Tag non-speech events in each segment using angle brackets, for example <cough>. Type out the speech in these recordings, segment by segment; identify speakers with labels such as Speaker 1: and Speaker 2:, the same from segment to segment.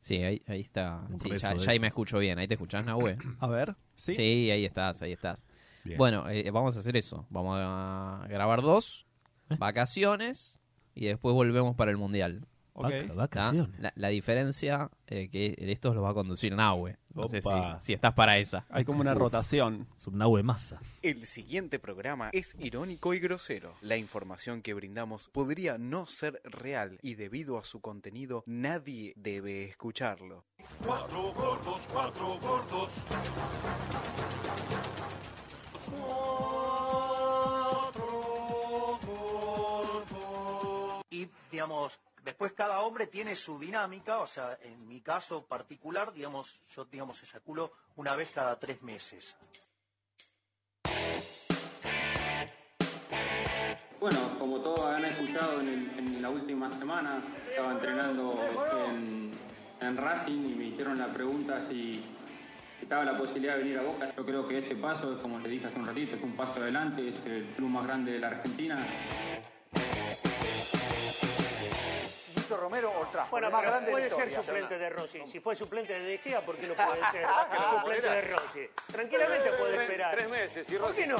Speaker 1: Sí, ahí, ahí está.
Speaker 2: Un
Speaker 1: Sí,
Speaker 2: rezo
Speaker 1: ya,
Speaker 2: de
Speaker 1: ya ahí
Speaker 2: esos.
Speaker 1: me escucho bien. Ahí te escuchás, Nahue.
Speaker 2: A ver, ¿sí?
Speaker 1: ¿Sí? ahí estás, ahí estás.
Speaker 3: Bien.
Speaker 1: Bueno, eh, vamos a hacer eso. Vamos a grabar dos, vacaciones, y después volvemos para el Mundial.
Speaker 2: Ok.
Speaker 4: Vaca-
Speaker 3: Ah.
Speaker 1: ¿tá?
Speaker 4: vacaciones.
Speaker 1: La, la diferencia eh, que estos los va a conducir Nahue. No sé si,
Speaker 3: Opa.
Speaker 1: si estás para esa.
Speaker 2: Hay como una rotación.
Speaker 4: Es un nahue masa.
Speaker 5: El siguiente programa es irónico y grosero. La información que brindamos podría no ser real y debido a su contenido nadie debe escucharlo.
Speaker 6: Cuatro gordos, cuatro gordos.
Speaker 7: y digamos después cada hombre tiene su dinámica o sea en mi caso particular digamos yo digamos eyaculo una vez cada tres meses
Speaker 8: Bueno, como todos habrán escuchado en, el- en la última semana, estaba entrenando en, en Racing y me hicieron la pregunta si estaba la posibilidad de venir a Boca. Yo creo que este paso, como les dije hace un ratito, es un paso adelante, es el club más grande de la Argentina.
Speaker 5: Chiquito Romero o Trafford,
Speaker 9: Bueno,
Speaker 5: el más
Speaker 9: pero
Speaker 5: grande
Speaker 9: puede
Speaker 5: de la
Speaker 9: ser
Speaker 5: historia,
Speaker 9: suplente
Speaker 5: Fernan.
Speaker 9: de Rossi. Si fue suplente de De Gea, ¿por qué no puede ser suplente de Rossi? Tranquilamente puede esperar. eh. Tres meses. ¿Por qué no?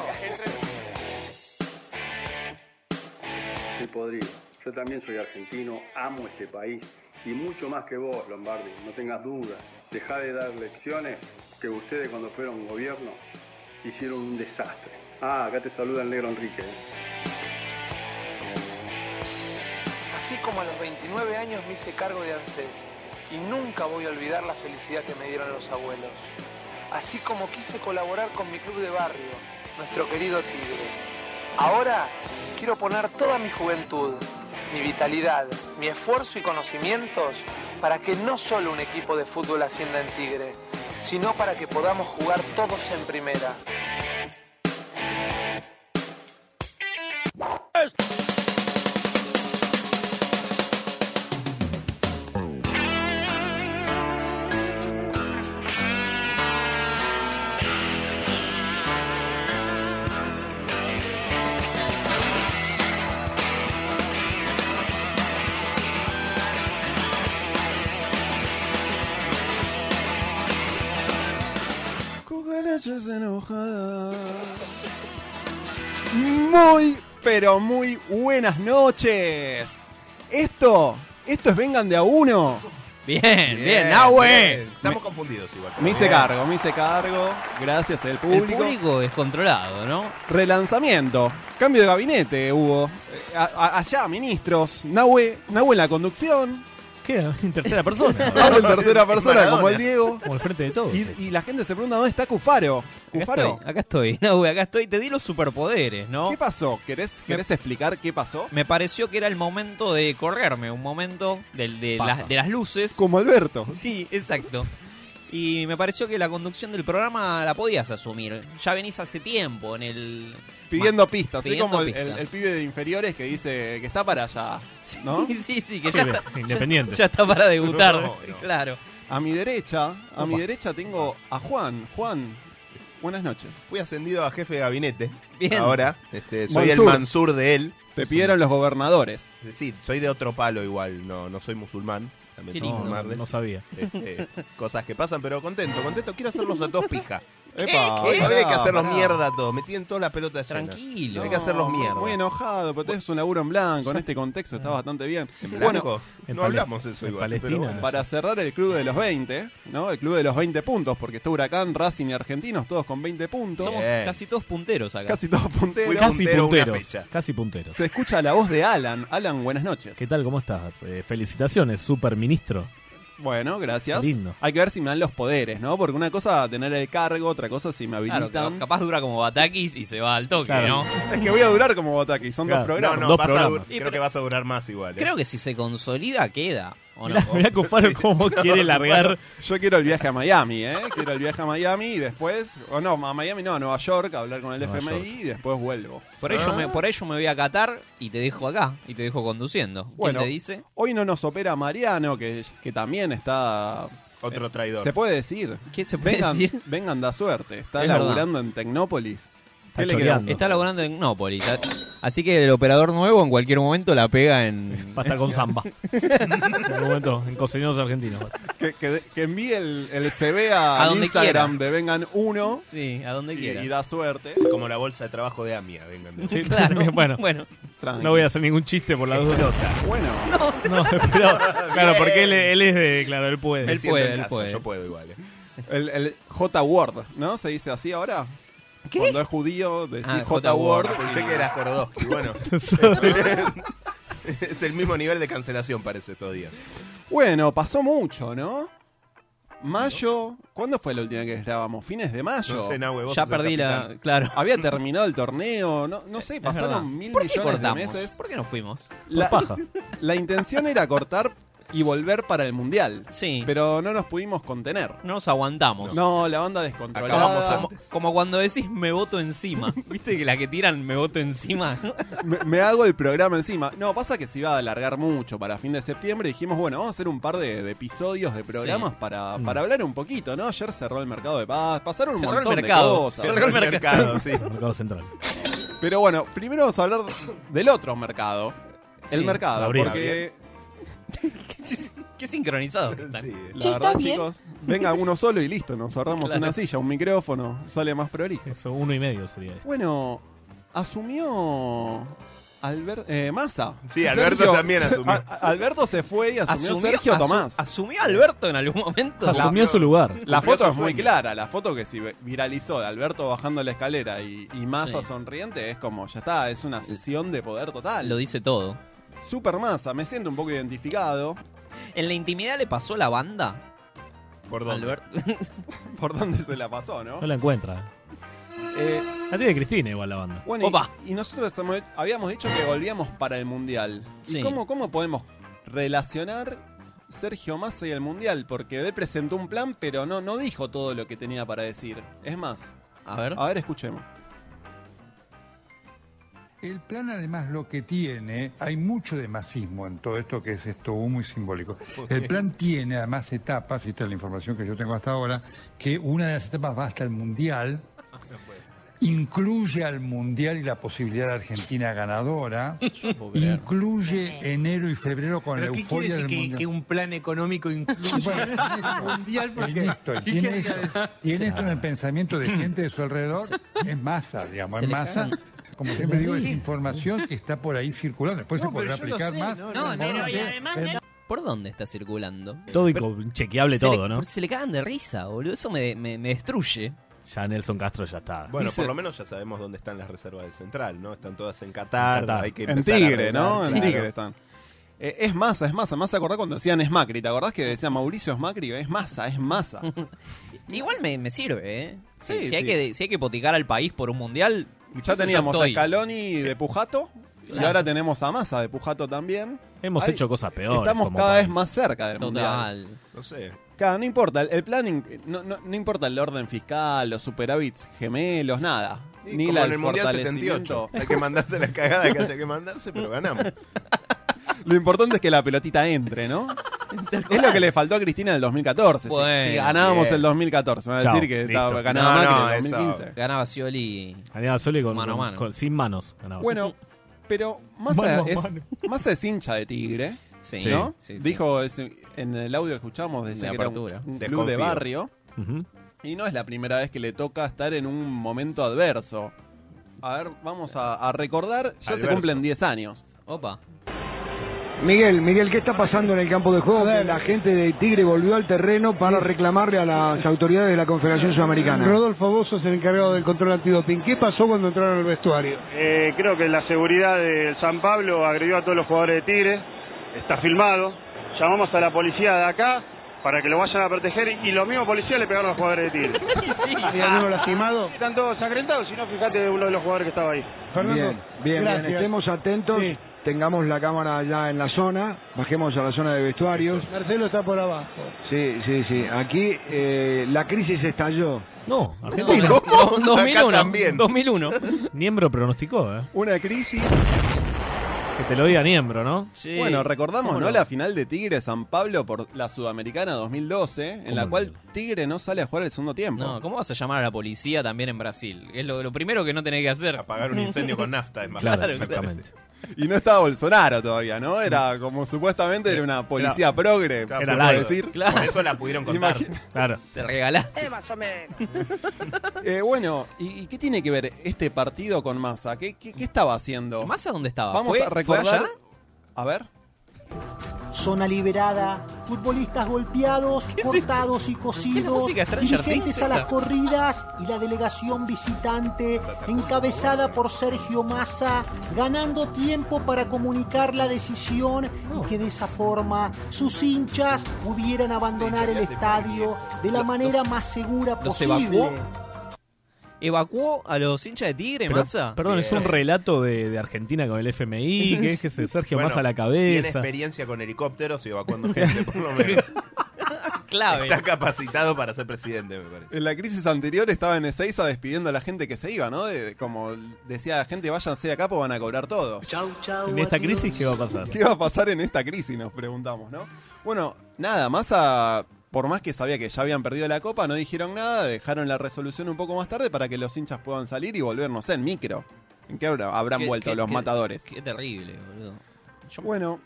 Speaker 10: Estoy podrido. Yo también soy argentino, amo este país y mucho más que vos, Lombardi. No tengas dudas. Dejá de dar lecciones que ustedes cuando fueron gobierno hicieron un desastre. Ah, acá te saluda el negro Enrique. ¿eh?
Speaker 11: Así como a los 29 años me hice cargo de ANSES y nunca voy a olvidar la felicidad que me dieron los abuelos. Así como quise colaborar con mi club de barrio, nuestro querido Tigre. Ahora quiero poner toda mi juventud, mi vitalidad, mi esfuerzo y conocimientos para que no solo un equipo de fútbol ascienda en Tigre, sino para que podamos jugar todos en primera.
Speaker 2: Cucarachas enojadas. Muy, pero muy buenas noches. Esto, esto es Vengan de a uno.
Speaker 1: Bien, bien, Nahue.
Speaker 3: bien. Estamos confundidos igual.
Speaker 2: Me hice cargo, me hice cargo. Gracias al
Speaker 1: El
Speaker 2: público.
Speaker 1: público descontrolado, ¿no?
Speaker 2: Relanzamiento. Cambio de gabinete hubo. Eh, a- a- allá, ministros. Nahue, Nahue en la conducción.
Speaker 4: ¿Qué? En tercera persona. <laughs>
Speaker 2: Pablo en tercera
Speaker 3: Es
Speaker 2: persona,
Speaker 3: Maradona.
Speaker 2: como el Diego.
Speaker 4: Como al frente de todos.
Speaker 2: Y, y la gente se pregunta dónde está Cufaro.
Speaker 1: Acá
Speaker 2: Cufaro,
Speaker 1: estoy, acá estoy, Nahue, acá estoy. Te di los superpoderes, ¿no?
Speaker 2: ¿qué pasó? ¿Querés, querés explicar qué pasó?
Speaker 1: Me pareció que era el momento de correrme, un momento del- de,
Speaker 4: Pasa.
Speaker 1: las, de las luces.
Speaker 2: Como Alberto.
Speaker 1: Sí, exacto. Y me pareció que la conducción del programa la podías asumir. Ya venís hace tiempo en el...
Speaker 2: Pidiendo pistas, soy
Speaker 1: pidiendo
Speaker 2: como el,
Speaker 1: pistas.
Speaker 2: el- el pibe de inferiores que dice que está para allá, ¿no?
Speaker 1: Sí, sí, que ya
Speaker 4: Pibe,
Speaker 1: está,
Speaker 4: Independiente.
Speaker 1: ya está para debutar.
Speaker 3: No, no.
Speaker 1: <laughs> Claro.
Speaker 2: A mi derecha, a mi
Speaker 4: Opa.
Speaker 2: derecha tengo a Juan. Juan, buenas noches.
Speaker 3: Fui ascendido a jefe de gabinete.
Speaker 1: Bien.
Speaker 3: Ahora, este, soy el
Speaker 2: Mansur.
Speaker 3: Mansur de él.
Speaker 2: Te pidieron los gobernadores.
Speaker 3: Sí, soy de otro palo igual. No, no soy musulmán. También
Speaker 1: Qué
Speaker 3: tengo
Speaker 1: lindo.
Speaker 3: que
Speaker 4: No,
Speaker 3: amarles.
Speaker 4: no sabía.
Speaker 3: Este, cosas que pasan, pero contento, contento. Quiero hacerlos a todos
Speaker 5: <laughs>
Speaker 3: pija.
Speaker 2: Epa,
Speaker 3: Hoy
Speaker 2: pará,
Speaker 3: había que hacerlos
Speaker 2: pará.
Speaker 3: mierda a todos. Me tienen todas las pelotas llenas.
Speaker 1: Tranquilo.
Speaker 3: Hay que hacerlos mierda.
Speaker 2: Muy enojado, porque tenés un laburo en blanco. En este contexto está bastante bien.
Speaker 3: En
Speaker 2: Bueno,
Speaker 3: blanco,
Speaker 4: en
Speaker 3: no
Speaker 4: Pale-
Speaker 3: hablamos eso
Speaker 4: en
Speaker 3: igual.
Speaker 4: Palestina.
Speaker 3: pero bueno.
Speaker 2: Para cerrar el club de los 20, ¿no? El club de los 20 puntos, porque está Huracán, Racing y Argentinos, todos con 20 puntos.
Speaker 1: Somos
Speaker 3: Bien.
Speaker 1: casi todos punteros acá.
Speaker 2: Casi todos punteros.
Speaker 3: Fui
Speaker 4: Casi
Speaker 3: puntero una
Speaker 4: punteros.
Speaker 3: fecha.
Speaker 4: Casi punteros.
Speaker 2: Se escucha la voz de Alan. Alan, buenas noches.
Speaker 4: ¿Qué tal? ¿Cómo estás? Eh, felicitaciones, superministro.
Speaker 2: Bueno, gracias.
Speaker 4: Lindo.
Speaker 2: Hay que ver si me dan los poderes, ¿no? Porque una cosa tener el cargo, otra cosa si me
Speaker 1: Claro,
Speaker 2: habilitan.
Speaker 1: capaz dura como Batakis y se va al toque,
Speaker 4: Claro.
Speaker 1: ¿no?
Speaker 2: Es que voy a durar como Botaki, son
Speaker 4: Claro.
Speaker 2: dos
Speaker 3: No,
Speaker 2: programas.
Speaker 3: no,
Speaker 4: Dos
Speaker 3: vas a
Speaker 4: programas.
Speaker 3: dur-
Speaker 1: Sí,
Speaker 4: <laughs>
Speaker 3: creo
Speaker 1: pero-
Speaker 3: que vas a durar más igual. eh.
Speaker 1: Creo que si se consolida, queda. ¿O no?
Speaker 4: Mirá, mirá Cufaro
Speaker 3: <laughs>
Speaker 4: cómo quiere largar.
Speaker 2: Yo quiero el viaje a Miami, ¿eh? Quiero el viaje a Miami y después, o no, a Miami no, a Nueva York, a hablar con el
Speaker 4: Nueva
Speaker 2: FMI y después vuelvo.
Speaker 1: Por ello, me, por ello me voy a Qatar y te dejo acá y te dejo conduciendo.
Speaker 2: Bueno.
Speaker 1: ¿Quién te dice?
Speaker 2: Hoy no nos opera Mariano, que, que también está... eh,
Speaker 3: Otro traidor.
Speaker 2: Se puede decir.
Speaker 1: ¿Qué se puede
Speaker 2: Vengan,
Speaker 1: decir?
Speaker 2: vengan da suerte. Está
Speaker 1: Es
Speaker 2: laburando en Tecnópolis.
Speaker 4: Está
Speaker 2: ¿Qué le queda?
Speaker 4: choreando.
Speaker 1: Está laborando en Nópolis. Así que el operador nuevo en cualquier momento la pega en.
Speaker 4: Pata con
Speaker 3: <laughs>
Speaker 4: samba. en un momento, en cocineros argentinos.
Speaker 2: Que, que- que envíe el, el CV a,
Speaker 1: A donde
Speaker 2: Instagram de Vengan Uno.
Speaker 1: Sí, a donde
Speaker 2: y,
Speaker 1: quiera. <laughs>
Speaker 2: Y da suerte.
Speaker 5: Como la bolsa de trabajo de AMIA, vengan.
Speaker 4: Sí, <laughs>
Speaker 5: <laughs>
Speaker 4: bueno,
Speaker 2: Tranqui.
Speaker 4: no voy a hacer ningún chiste por la duda.
Speaker 2: Bueno.
Speaker 4: No, <laughs> pero,
Speaker 3: <laughs>
Speaker 4: claro, porque él, él es de. Claro, él puede.
Speaker 2: Me Él siento puede, en él casa, puede.
Speaker 5: Yo puedo igual. eh.
Speaker 2: El, el J Word, ¿no? ¿Se dice así ahora? Cuando es judío, decís
Speaker 5: Ah,
Speaker 2: J Word.
Speaker 5: Ah, pensé que era Jodorowsky, bueno. es el mismo nivel de cancelación parece estos días.
Speaker 2: Bueno, pasó mucho, ¿no? Mayo. ¿Cuándo fue la última que grabamos? Fines de mayo.
Speaker 5: No sé, Nahue, vos Ya sos el perdí la- capitán.
Speaker 1: Claro.
Speaker 2: Había terminado el torneo. No, no sé,
Speaker 1: Es verdad.
Speaker 2: pasaron mil
Speaker 1: ¿Por qué
Speaker 2: millones
Speaker 1: cortamos?
Speaker 2: de meses.
Speaker 1: ¿Por qué nos fuimos?
Speaker 2: La, <laughs> la intención era cortar y volver para el mundial.
Speaker 1: Sí.
Speaker 2: Pero no nos pudimos contener.
Speaker 1: No nos aguantamos.
Speaker 2: No, la banda descontrolada.
Speaker 1: Acabamos como, como cuando decís me voto
Speaker 2: <laughs>
Speaker 1: encima. ¿Viste que la que tiran me voto encima?
Speaker 2: me, me hago el programa encima. No, pasa que se iba a alargar mucho para fin de septiembre. Dijimos, bueno, vamos a hacer un par de, de episodios de programas
Speaker 1: Sí.
Speaker 2: para,
Speaker 1: Mm.
Speaker 2: para hablar un poquito, ¿no? Ayer cerró el mercado de paz, pasaron un
Speaker 1: Cerró el
Speaker 2: montón de
Speaker 1: mercado,
Speaker 2: cosas.
Speaker 1: cerró el mercado. <laughs>
Speaker 2: sí.
Speaker 4: <laughs> Mercado Central.
Speaker 2: Pero bueno, primero vamos a hablar del otro mercado. El
Speaker 1: Sí,
Speaker 2: mercado,
Speaker 1: Gabriel.
Speaker 2: porque
Speaker 1: Qué sincronizado. que están.
Speaker 2: la verdad, chicos, venga uno solo y listo, nos ahorramos
Speaker 1: Claro.
Speaker 2: una silla, un micrófono, sale más prolijo.
Speaker 4: Eso, uno y medio sería esto.
Speaker 2: Bueno, asumió Alberto Massa.
Speaker 5: Sí, Alberto también asumió.
Speaker 2: A- a- Alberto se fue y asumió,
Speaker 1: Asumió-
Speaker 2: Sergio
Speaker 1: asu-
Speaker 2: Tomás.
Speaker 1: ¿Asumió Alberto en algún momento?
Speaker 4: Asumió su lugar.
Speaker 2: La
Speaker 1: Cumplió
Speaker 2: foto
Speaker 1: su
Speaker 2: es muy
Speaker 1: sueño.
Speaker 2: clara, la foto que se vi- viralizó de Alberto bajando la escalera y, y Massa
Speaker 1: Sí.
Speaker 2: sonriente es como, ya está, es una sesión de poder total.
Speaker 1: Lo dice todo.
Speaker 2: Super Massa, me siento un poco identificado. <laughs>
Speaker 1: ¿En la intimidad le pasó la banda?
Speaker 5: ¿Por
Speaker 1: dónde?
Speaker 2: Por dónde se la pasó, ¿no?
Speaker 4: No la encuentra.
Speaker 2: Eh,
Speaker 4: La tiene Cristina igual la banda.
Speaker 2: Bueno, y- Y, nosotros hemos- habíamos dicho que volvíamos para el Mundial. ¿Y
Speaker 1: Sí.
Speaker 2: cómo, cómo podemos relacionar Sergio Massa y el Mundial? Porque él presentó un plan, pero no, no dijo todo lo que tenía para decir. Es más,
Speaker 1: A ver.
Speaker 2: a ver, escuchemos.
Speaker 11: El plan además lo que tiene, hay mucho de masismo en todo esto que es esto muy simbólico. El plan tiene además etapas, y esta es la información que yo tengo hasta ahora, que una de las etapas va hasta el Mundial, incluye al Mundial y la posibilidad de Argentina ganadora, incluye enero y febrero con la
Speaker 12: ¿Pero qué quiere
Speaker 11: euforia
Speaker 12: decir
Speaker 11: del
Speaker 12: que,
Speaker 11: Mundial.
Speaker 12: que un plan económico incluye el mundial? Porque...
Speaker 11: Insisto, él
Speaker 12: ¿Y
Speaker 11: tiene
Speaker 12: qué-
Speaker 11: esto, tiene esto en el pensamiento de gente de su alrededor, es masa, digamos,
Speaker 12: Se
Speaker 11: es
Speaker 12: le
Speaker 11: masa.
Speaker 12: cagan.
Speaker 11: Como siempre digo, es información que está por ahí circulando. Después se podrá aplicar más.
Speaker 1: ¿Por dónde está circulando?
Speaker 4: Todo
Speaker 1: Pero-
Speaker 4: chequeable
Speaker 1: se le-
Speaker 4: todo, ¿no?
Speaker 1: Se le cagan de risa, boludo. Eso me, me- me destruye.
Speaker 4: Ya Nelson Castro ya está.
Speaker 5: Bueno,
Speaker 4: Dice-
Speaker 5: por lo menos ya sabemos dónde están las reservas del Central, ¿no? Están todas en Qatar,
Speaker 4: En Qatar.
Speaker 5: hay que
Speaker 2: En
Speaker 5: empezar a
Speaker 2: Tigre, ¿no?
Speaker 5: arreglar,
Speaker 2: En
Speaker 5: claro.
Speaker 2: Tigre están. Eh, es Massa, es Massa. Más acordás cuando decían es Macri. ¿Te acordás que decía Mauricio es Macri? Es Massa, es Massa.
Speaker 1: Igual me, me sirve, ¿eh? Si-
Speaker 2: Sí,
Speaker 1: si, Hay
Speaker 2: sí.
Speaker 1: que, si hay que poticar al país por un mundial.
Speaker 2: Ya teníamos
Speaker 1: yo
Speaker 2: a
Speaker 1: estoy.
Speaker 2: Scaloni de Pujato. Y
Speaker 1: Claro.
Speaker 2: ahora tenemos a Massa de Pujato también.
Speaker 4: Hemos hecho cosas peores
Speaker 2: Estamos
Speaker 4: como
Speaker 2: cada
Speaker 4: país.
Speaker 2: vez más cerca del
Speaker 1: Total.
Speaker 2: Mundial.
Speaker 5: No sé.
Speaker 2: Claro, no importa. El, el plan, in- no, no- no importa el orden fiscal, los superávits gemelos, nada.
Speaker 5: Y
Speaker 2: Ni
Speaker 5: como
Speaker 2: la,
Speaker 5: en el Mundial 78. Hay que mandarse la cagada que haya que mandarse, pero ganamos.
Speaker 2: <laughs> Lo importante es que la pelotita entre, ¿no? es lo que le faltó a Cristina en el 2014. Si- si,
Speaker 1: Bueno,
Speaker 2: ganábamos
Speaker 1: bien.
Speaker 2: el 2014, me va a
Speaker 4: Chao,
Speaker 2: decir que
Speaker 4: listo.
Speaker 2: estaba ganaba
Speaker 4: No,
Speaker 2: Macri
Speaker 4: no,
Speaker 2: en el
Speaker 4: eso.
Speaker 2: 2015.
Speaker 1: Ganaba Scioli.
Speaker 4: Ganaba Scioli con-
Speaker 1: Mano a
Speaker 4: con-
Speaker 1: mano.
Speaker 4: con- sin manos. ganaba.
Speaker 2: Bueno, pero Massa
Speaker 4: Mano a
Speaker 2: es,
Speaker 4: mano.
Speaker 2: Massa es hincha de Tigre,
Speaker 1: Sí.
Speaker 2: ¿no?
Speaker 1: Sí, sí, sí.
Speaker 2: Dijo es- en el audio que escuchamos decía
Speaker 1: De
Speaker 2: que era un,
Speaker 1: apertura.
Speaker 2: un
Speaker 1: Se
Speaker 2: club de
Speaker 1: confío.
Speaker 2: barrio. Y no es la primera vez que le toca estar en un momento adverso. A ver, vamos a, a recordar, ya se
Speaker 1: Adverso.
Speaker 2: cumplen 10 años.
Speaker 1: Opa.
Speaker 13: Miguel, Miguel, ¿qué está pasando en el campo de juego? La gente de Tigre volvió al terreno para reclamarle a las autoridades de la Confederación Sudamericana.
Speaker 14: Rodolfo Bosso es el encargado del control antidoping. ¿Qué pasó cuando entraron al vestuario?
Speaker 15: Eh, creo que la seguridad del San Pablo agredió a todos los jugadores de Tigre. Está filmado. Llamamos a la policía de acá para que lo vayan a proteger y los mismos policías le pegaron a los jugadores de Tigre.
Speaker 14: ¿Hay alguno lastimado?
Speaker 15: Están todos sangrentados, si no, fíjate de uno de los jugadores que estaba ahí.
Speaker 13: Bien, bien, bien, estemos atentos, tengamos la cámara ya en la zona, bajemos a la zona de vestuarios.
Speaker 14: Marcelo está por abajo.
Speaker 13: Sí, sí, sí, aquí eh, la crisis estalló.
Speaker 4: No,
Speaker 13: Argentina.
Speaker 4: No,
Speaker 13: Do- 2001,
Speaker 4: también. 2001. Niembro pronosticó, ¿eh?
Speaker 2: Una crisis
Speaker 4: Que te lo diga Niembro, ¿no?
Speaker 2: Bueno, recordamos, ¿no?
Speaker 4: ¿Cómo
Speaker 2: La final de Tigre San Pablo por la Sudamericana 2012, en la cual Tigre no sale a jugar el segundo tiempo.
Speaker 1: No, ¿cómo vas a llamar a la policía también en Brasil? Es lo, lo primero que no tenés que hacer.
Speaker 5: Apagar un incendio con nafta en
Speaker 2: Claro, exactamente. Y no estaba Bolsonaro todavía, ¿no? Era como supuestamente era una policía
Speaker 5: Era-
Speaker 2: progre,
Speaker 5: Claro,
Speaker 2: se
Speaker 5: era
Speaker 2: puede
Speaker 5: laico.
Speaker 2: decir.
Speaker 5: Claro. Por eso la pudieron contar.
Speaker 4: Claro.
Speaker 1: Te regalaste.
Speaker 10: más o menos.
Speaker 2: Eh, bueno, ¿y, y qué tiene que ver este partido con Massa? ¿Qué, qué- qué estaba haciendo?
Speaker 1: ¿Massa dónde estaba?
Speaker 2: Vamos
Speaker 1: ¿Fue-
Speaker 2: a
Speaker 1: fue
Speaker 2: recordar.
Speaker 1: allá?
Speaker 2: a ver.
Speaker 7: Zona liberada, futbolistas golpeados, cortados y cocidos,
Speaker 1: música de Stranger
Speaker 7: dirigentes
Speaker 1: Things
Speaker 7: a las
Speaker 1: esta?
Speaker 7: corridas y la delegación visitante, encabezada por Sergio Massa, ganando tiempo para comunicar la decisión y que de esa forma sus hinchas pudieran abandonar el estadio de la manera más segura
Speaker 1: los
Speaker 7: posible.
Speaker 1: evacuó? ¿Evacuó a los hinchas de Tigre,
Speaker 4: Pero,
Speaker 1: Massa?
Speaker 4: Perdón, es
Speaker 1: Bien.
Speaker 4: un relato de, de Argentina con el FMI, que es que se Sergio
Speaker 5: Bueno,
Speaker 4: más a la
Speaker 5: Tiene
Speaker 4: cabeza.
Speaker 5: experiencia con helicópteros y evacuando gente, por lo <laughs> menos.
Speaker 1: Clave.
Speaker 5: Está capacitado para ser presidente, me parece.
Speaker 2: En la crisis anterior estaba en Ezeiza despidiendo a la gente que se iba, ¿no? De- como decía la gente, váyanse de acá porque van a cobrar todo.
Speaker 4: En esta crisis, ¿qué va a pasar?
Speaker 2: ¿Qué va a pasar en esta crisis? Nos preguntamos, ¿no? Bueno, nada, Massa, por más que sabía que ya habían perdido la copa, no dijeron nada, dejaron la resolución un poco más tarde para que los hinchas puedan salir y volver, no sé, en micro. ¿En qué hora habrán
Speaker 1: Qué-
Speaker 2: vuelto
Speaker 1: qué-
Speaker 2: los
Speaker 1: qué-
Speaker 2: matadores?
Speaker 1: Qué terrible, boludo.
Speaker 2: Bueno,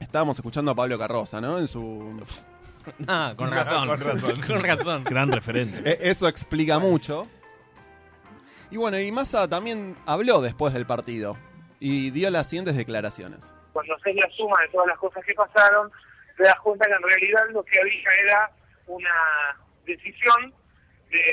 Speaker 2: estábamos escuchando a Pablo Carroza, ¿no? En su...
Speaker 1: Ah, con razón.
Speaker 2: Con razón.
Speaker 1: <laughs> Con razón.
Speaker 4: Gran referente.
Speaker 2: E- Eso explica mucho. Y bueno, y Massa también habló después del partido y dio las siguientes declaraciones.
Speaker 16: cuando haces la suma de todas las cosas que pasaron, te das cuenta que en realidad lo que había era una decisión de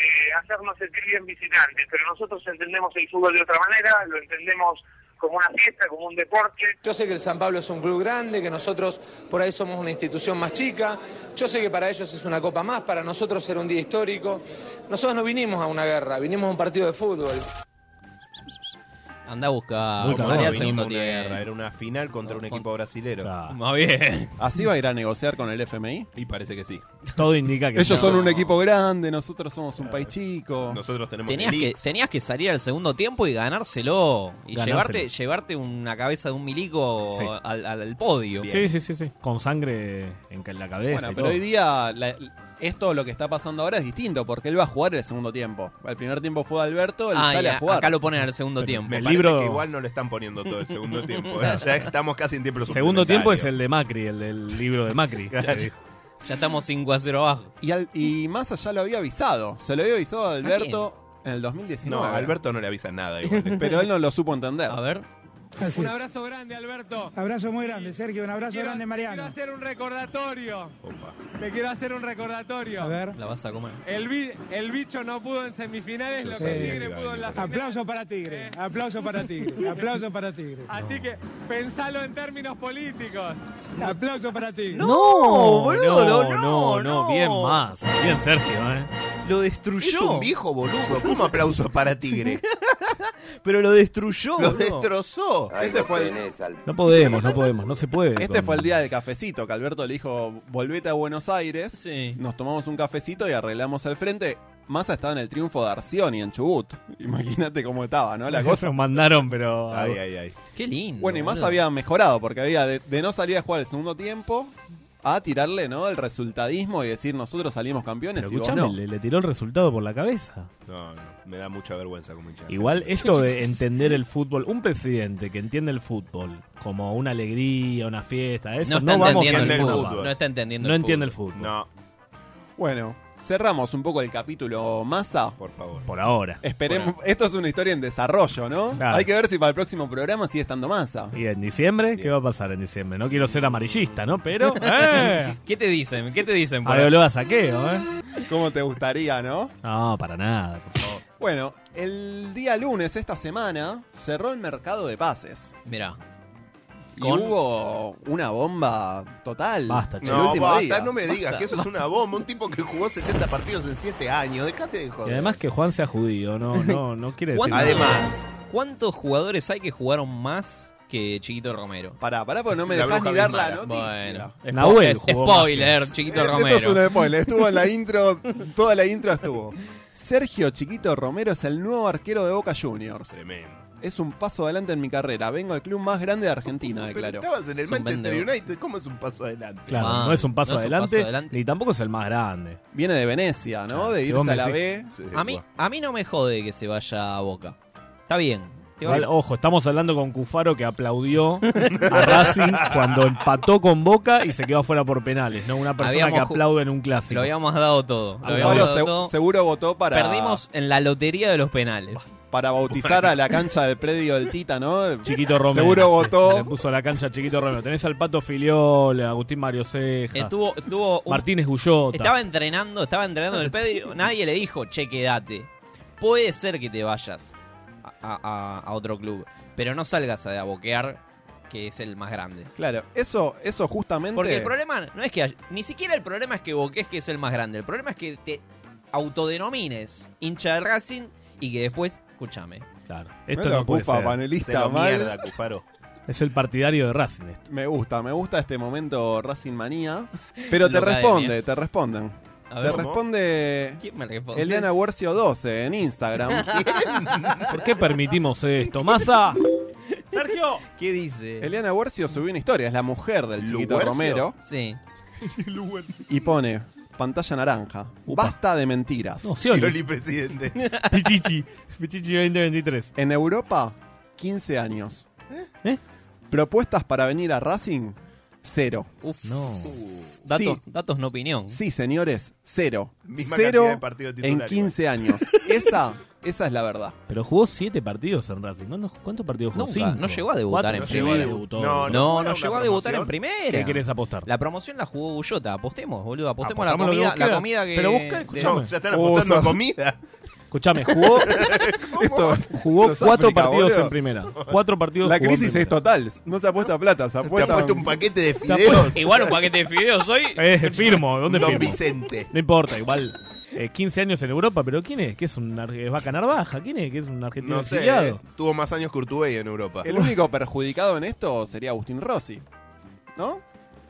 Speaker 16: hacernos sentir bien visitantes, pero nosotros entendemos el fútbol de otra manera, lo entendemos como una fiesta, como un deporte,
Speaker 17: Yo sé que el San Pablo es un club grande, que nosotros por ahí somos una institución más chica. Yo sé que para ellos es una copa más, para nosotros era un día histórico. Nosotros no vinimos a una guerra, vinimos a un partido de fútbol.
Speaker 1: Andá a buscar.
Speaker 5: Muy cabrón,
Speaker 1: Salí al
Speaker 5: vinimos
Speaker 1: segundo
Speaker 5: a una
Speaker 1: tiempo.
Speaker 5: guerra, Era una final contra un equipo brasilero.
Speaker 1: Más bien.
Speaker 2: ¿Así va a ir a negociar con el FMI?
Speaker 5: Y parece que sí.
Speaker 4: <laughs> Todo indica
Speaker 2: Ellos son un equipo grande, nosotros somos un país chico.
Speaker 5: Nosotros tenemos
Speaker 1: Tenías que, tenías que salir al segundo tiempo y ganárselo. Y
Speaker 4: Ganárselo.
Speaker 1: llevarte llevarte una cabeza de un milico
Speaker 4: Sí.
Speaker 1: al, al- al podio.
Speaker 4: Sí, sí, sí, sí. Con sangre en ca- la cabeza.
Speaker 2: Bueno,
Speaker 4: y
Speaker 2: pero
Speaker 4: todo.
Speaker 2: hoy día la- esto lo que está pasando ahora es distinto porque él va a jugar el segundo tiempo. El primer tiempo fue Alberto, él
Speaker 1: Ah,
Speaker 2: sale
Speaker 1: y
Speaker 2: a
Speaker 1: a-
Speaker 2: jugar.
Speaker 1: acá lo ponen al segundo tiempo.
Speaker 5: Me
Speaker 1: El
Speaker 5: parece
Speaker 1: libro-
Speaker 5: que igual no le están poniendo todo el segundo tiempo. ¿eh? Ya estamos casi en tiempo
Speaker 4: Segundo tiempo es el de Macri, el del libro de
Speaker 2: <laughs>
Speaker 4: Macri.
Speaker 5: Claro.
Speaker 4: que dijo.
Speaker 1: Ya estamos 5 a 0 abajo.
Speaker 2: Y, al- y Massa ya lo había avisado. Se lo había avisado a Alberto en el 2019.
Speaker 5: No, a Alberto no le avisan nada igual.
Speaker 2: Pero él no lo supo entender.
Speaker 1: A ver.
Speaker 18: Un
Speaker 19: abrazo grande, Alberto.
Speaker 18: Abrazo muy grande, Sergio. Un abrazo
Speaker 19: Quiero-
Speaker 18: grande,
Speaker 19: Quiero
Speaker 18: Mariano.
Speaker 19: hacer un recordatorio. Te quiero hacer un recordatorio.
Speaker 18: A ver.
Speaker 1: La vas a comer.
Speaker 19: El, bi- el bicho no pudo en semifinales, lo que
Speaker 18: Sí.
Speaker 19: Tigre pudo en la final.
Speaker 18: Aplauso para
Speaker 5: Eh.
Speaker 18: Tigre. Aplauso para
Speaker 5: <laughs>
Speaker 18: Tigre. Aplauso para Tigre.
Speaker 5: Ah,
Speaker 19: Así que pensalo en términos políticos.
Speaker 18: Aplauso para Tigre.
Speaker 4: "Oh, no, no, no, bien más. Bien Sergio, ¿eh?
Speaker 1: Lo destruyó.
Speaker 5: Es un viejo boludo. ¿Cómo aplauso para <laughs> Tigre?
Speaker 1: Pero lo destruyó.
Speaker 5: Lo
Speaker 1: boludo.
Speaker 5: destrozó.
Speaker 2: Este fue el-
Speaker 4: No podemos, no podemos, no se puede.
Speaker 2: Este
Speaker 4: con-
Speaker 2: fue el día del cafecito, que Alberto le dijo, volvete a Buenos Aires, nos tomamos un cafecito y arreglamos el frente. Massa estaba en el triunfo de Arcioni en Chubut. <laughs> Imagínate cómo estaba, ¿no?
Speaker 4: <laughs>
Speaker 2: La cosa.
Speaker 4: Nos mandaron, pero.
Speaker 5: Ay, ay, ay.
Speaker 1: Qué lindo.
Speaker 2: Bueno, y Massa
Speaker 1: boludo.
Speaker 2: había mejorado, porque había de, de no salir a jugar el segundo tiempo a tirarle, ¿no? El resultadismo y decir, nosotros salimos campeones
Speaker 4: Pero
Speaker 2: y vos
Speaker 4: escuchame,
Speaker 2: no.
Speaker 4: le, le tiró el resultado por la cabeza.
Speaker 5: No, no, me da mucha vergüenza como hincha.
Speaker 4: Igual esto de entender el fútbol, un presidente que entiende el fútbol como una alegría, una fiesta,
Speaker 1: No
Speaker 4: eso no,
Speaker 1: está
Speaker 4: vamos
Speaker 1: entendiendo
Speaker 4: a
Speaker 1: el
Speaker 4: Europa.
Speaker 1: fútbol. No está entendiendo
Speaker 4: No
Speaker 1: el
Speaker 4: entiende el
Speaker 1: fútbol.
Speaker 4: fútbol.
Speaker 5: No.
Speaker 2: Bueno, cerramos un poco el capítulo Massa. Por
Speaker 5: favor.
Speaker 4: Por ahora.
Speaker 2: Eh. Esperemos, esto es una historia en desarrollo, ¿no?
Speaker 4: Claro.
Speaker 2: Hay que ver si para el próximo programa sigue estando Massa.
Speaker 4: ¿Y en diciembre? ¿Qué va a pasar en diciembre? No quiero ser amarillista, ¿no? Pero.
Speaker 1: <laughs>
Speaker 4: ¡Eh!
Speaker 1: ¿Qué te dicen? ¿Qué te dicen? por ahí?
Speaker 4: Areoló a saqueo, ¿eh?
Speaker 2: ¿Cómo te gustaría, no?
Speaker 4: No, para nada, por favor.
Speaker 2: Bueno, el día lunes esta semana cerró el mercado de pases.
Speaker 1: Mirá.
Speaker 2: Y
Speaker 1: Con-
Speaker 2: hubo una bomba total.
Speaker 4: Basta,
Speaker 2: el
Speaker 5: No,
Speaker 2: último
Speaker 5: basta,
Speaker 2: día.
Speaker 5: no me digas que eso es una bomba. Un tipo que jugó 70 partidos en 7 años. Dejate de
Speaker 4: Y
Speaker 5: joder.
Speaker 4: además que Juan sea judío, no, no, no quiere decir.
Speaker 1: ¿Cuántos-
Speaker 4: nada.
Speaker 1: ¿Cuántos jugadores hay que jugaron más que Chiquito Romero?
Speaker 2: Pará, pará, porque no me
Speaker 1: La
Speaker 2: dejás
Speaker 1: bruja
Speaker 2: ni dar
Speaker 1: Bismara.
Speaker 2: la noticia.
Speaker 1: Bueno, spo-
Speaker 4: Nahuel
Speaker 1: es-
Speaker 4: jugó
Speaker 1: spoiler,
Speaker 4: más que-
Speaker 1: Chiquito
Speaker 2: Eh,
Speaker 1: Romero.
Speaker 2: Esto es un spoiler,
Speaker 1: <laughs>
Speaker 2: estuvo en la intro, toda la intro estuvo. Sergio Chiquito Romero es el nuevo arquero de Boca Juniors.
Speaker 5: Tremendo.
Speaker 2: es un paso adelante en mi carrera. Vengo al club más grande de Argentina, declaró.
Speaker 5: Estabas en
Speaker 2: Es
Speaker 5: el
Speaker 2: un
Speaker 5: Manchester
Speaker 2: vendedor.
Speaker 5: United, ¿cómo es un paso adelante?
Speaker 4: Claro,
Speaker 2: Ah,
Speaker 4: no es un paso
Speaker 2: no es un
Speaker 4: adelante,
Speaker 2: paso adelante.
Speaker 4: ni tampoco es el más grande.
Speaker 2: Viene de Venecia, ¿no? De
Speaker 4: si
Speaker 2: irse
Speaker 4: vos me
Speaker 2: a la B.
Speaker 4: decís-
Speaker 1: A mí, a mí no me jode que se vaya a Boca. Está bien. Te vas-
Speaker 4: Igual, ojo, estamos hablando con Cufaro que aplaudió a Racing cuando empató con Boca y se quedó afuera por penales, ¿no? Una persona
Speaker 1: Habíamos
Speaker 4: que
Speaker 1: ju-
Speaker 4: aplaude en un clásico.
Speaker 1: Lo habíamos dado todo. Lo
Speaker 4: Cufaro
Speaker 1: habíamos dado
Speaker 2: se-
Speaker 1: todo.
Speaker 2: seguro votó para-
Speaker 1: Perdimos en la lotería de los penales.
Speaker 2: Para bautizar a la cancha del predio del Tita, ¿no?
Speaker 1: <laughs>
Speaker 2: <laughs>
Speaker 4: Chiquito Romero.
Speaker 2: Seguro votó.
Speaker 4: Le puso a la cancha Chiquito Romero. Tenés al Pato Filiol, a Agustín Mario Ceja,
Speaker 1: Estuvo, estuvo un-
Speaker 4: Martínez Gullota.
Speaker 1: Estaba entrenando, estaba entrenando en el predio. Nadie le dijo, che, quédate. Puede ser que te vayas a, a- a otro club, pero no salgas a boquear, que es el más grande.
Speaker 2: Claro, eso, eso justamente.
Speaker 1: Porque el problema no es que. hay- ni siquiera el problema es que boques que es el más grande. El problema es que te autodenomines hincha del Racing y que después. Escúchame.
Speaker 4: Claro.
Speaker 2: Esto Bueno, no puede Cufa, ser. panelista Se lo mal. mierda,
Speaker 5: Cufaro.
Speaker 4: Es el partidario de Racing. esto.
Speaker 2: Me gusta, me gusta este momento Racing Manía.
Speaker 1: <laughs>
Speaker 2: Pero te
Speaker 4: Loca de
Speaker 2: responde,
Speaker 4: mierda.
Speaker 2: te responden.
Speaker 1: A
Speaker 2: Te
Speaker 1: ver, ¿cómo?
Speaker 2: responde
Speaker 1: ¿Quién me responde?
Speaker 2: Eliana Guercio 12
Speaker 1: <laughs>
Speaker 2: en Instagram.
Speaker 4: ¿Por qué permitimos esto? <laughs> Massa,
Speaker 1: Sergio. ¿Qué dice?
Speaker 2: Eliana Guercio subió una historia, es la mujer del chiquito
Speaker 1: ¿Luguercio?
Speaker 2: Romero.
Speaker 1: Sí.
Speaker 2: Y pone pantalla naranja. Basta de mentiras.
Speaker 4: No, Scioli. Scioli,
Speaker 5: presidente.
Speaker 4: <laughs> Pichichi. Pichichi 2023.
Speaker 2: En Europa, 15 años.
Speaker 4: ¿Eh?
Speaker 2: Propuestas para venir a Racing, cero.
Speaker 1: Uf.
Speaker 4: No.
Speaker 1: Datos,
Speaker 2: Sí.
Speaker 1: datos no opinión.
Speaker 2: Sí, señores, cero.
Speaker 1: Misma
Speaker 2: cero
Speaker 1: cantidad de partidos
Speaker 2: en
Speaker 1: titulares, <laughs>
Speaker 2: 15 años. Esa, esa es la verdad.
Speaker 4: Pero jugó siete partidos en Racing. ¿Cuándo- ¿Cuántos partidos jugó?
Speaker 1: Nunca,
Speaker 4: Cinco.
Speaker 1: no llegó a debutar
Speaker 4: Cuatro,
Speaker 1: en
Speaker 4: no llegó a
Speaker 1: primera.
Speaker 4: debutar.
Speaker 1: no, no, llegó a debutar en primera.
Speaker 4: ¿Qué querés apostar?
Speaker 1: La promoción la jugó Gullota. Apostemos, boludo. Apostemos la
Speaker 4: Apostamos lo que
Speaker 1: comida,
Speaker 4: vos
Speaker 1: la
Speaker 4: quieras.
Speaker 1: comida que.
Speaker 4: Pero busca, escuchame.
Speaker 1: de-
Speaker 4: No, ya están apostando a comida. Escuchame,
Speaker 2: <laughs>
Speaker 4: jugó, jugó
Speaker 2: Esto es
Speaker 4: cuatro
Speaker 2: África,
Speaker 4: partidos
Speaker 2: boludo.
Speaker 4: en primera. Cuatro partidos
Speaker 2: La
Speaker 4: jugó en
Speaker 2: crisis es
Speaker 4: primera.
Speaker 2: total. No se apuesta plata, se apuesta.
Speaker 4: apuesta
Speaker 5: un paquete de
Speaker 4: Te apuesto-
Speaker 1: Igual un paquete de fideos hoy.
Speaker 4: <laughs> Eh, firmo, ¿dónde
Speaker 5: Don
Speaker 4: firmo?
Speaker 5: Vicente.
Speaker 4: No importa, igual. eh, 15 años en Europa, pero ¿quién es? ¿Qué es un ar- es vaca narvaja? ¿Quién es? ¿Qué es un argentino
Speaker 5: No sé,
Speaker 4: exiliado?
Speaker 5: eh, tuvo más años que Urtubey en Europa.
Speaker 2: El único perjudicado en esto sería Agustín Rossi. ¿No?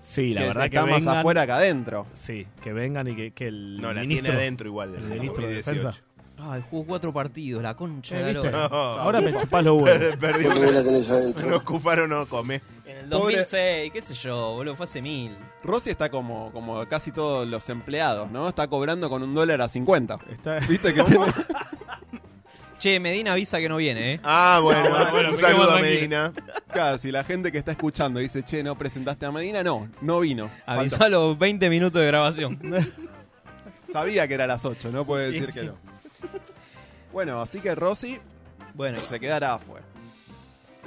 Speaker 4: Sí, la
Speaker 2: Que
Speaker 4: verdad que
Speaker 2: está más
Speaker 4: vengan-
Speaker 2: afuera que adentro.
Speaker 4: Sí, que vengan y que, que el
Speaker 5: No, la
Speaker 4: ministro-
Speaker 5: tiene adentro igual,
Speaker 4: El
Speaker 5: desde
Speaker 4: ministro de
Speaker 5: 2018.
Speaker 4: defensa.
Speaker 1: Ay, jugó cuatro partidos, la concha.
Speaker 4: Eh,
Speaker 1: de la
Speaker 4: ¿viste?
Speaker 1: lora.
Speaker 4: Ahora me chupás los
Speaker 2: <laughs>
Speaker 4: huevos.
Speaker 5: Perdió.
Speaker 4: Porque vos la tenés
Speaker 2: adentro.
Speaker 5: No, Cufaro no come.
Speaker 1: En el
Speaker 2: Pobre-
Speaker 1: 2006, qué sé yo, boludo, fue hace mil.
Speaker 2: Rossi está como, como casi todos los empleados, ¿no? Está cobrando con un dólar a 50.
Speaker 4: Está-
Speaker 1: <laughs>
Speaker 2: ¿Viste que tiene-
Speaker 1: Che, Medina avisa que no viene, ¿eh?
Speaker 5: Ah, bueno, un
Speaker 2: me
Speaker 5: saludo
Speaker 2: quedo
Speaker 5: a
Speaker 2: tranquilo.
Speaker 5: Medina.
Speaker 2: Claro, si la gente que está escuchando dice, che, no presentaste a Medina, no, no vino.
Speaker 1: Avisó
Speaker 2: Faltó.
Speaker 1: a los 20 minutos de <laughs> grabación.
Speaker 2: Sabía que era a las 8, no puede
Speaker 1: Sí,
Speaker 2: decir que
Speaker 1: sí.
Speaker 2: no. Bueno, así que Rossi
Speaker 1: bueno.
Speaker 2: se quedará afuera.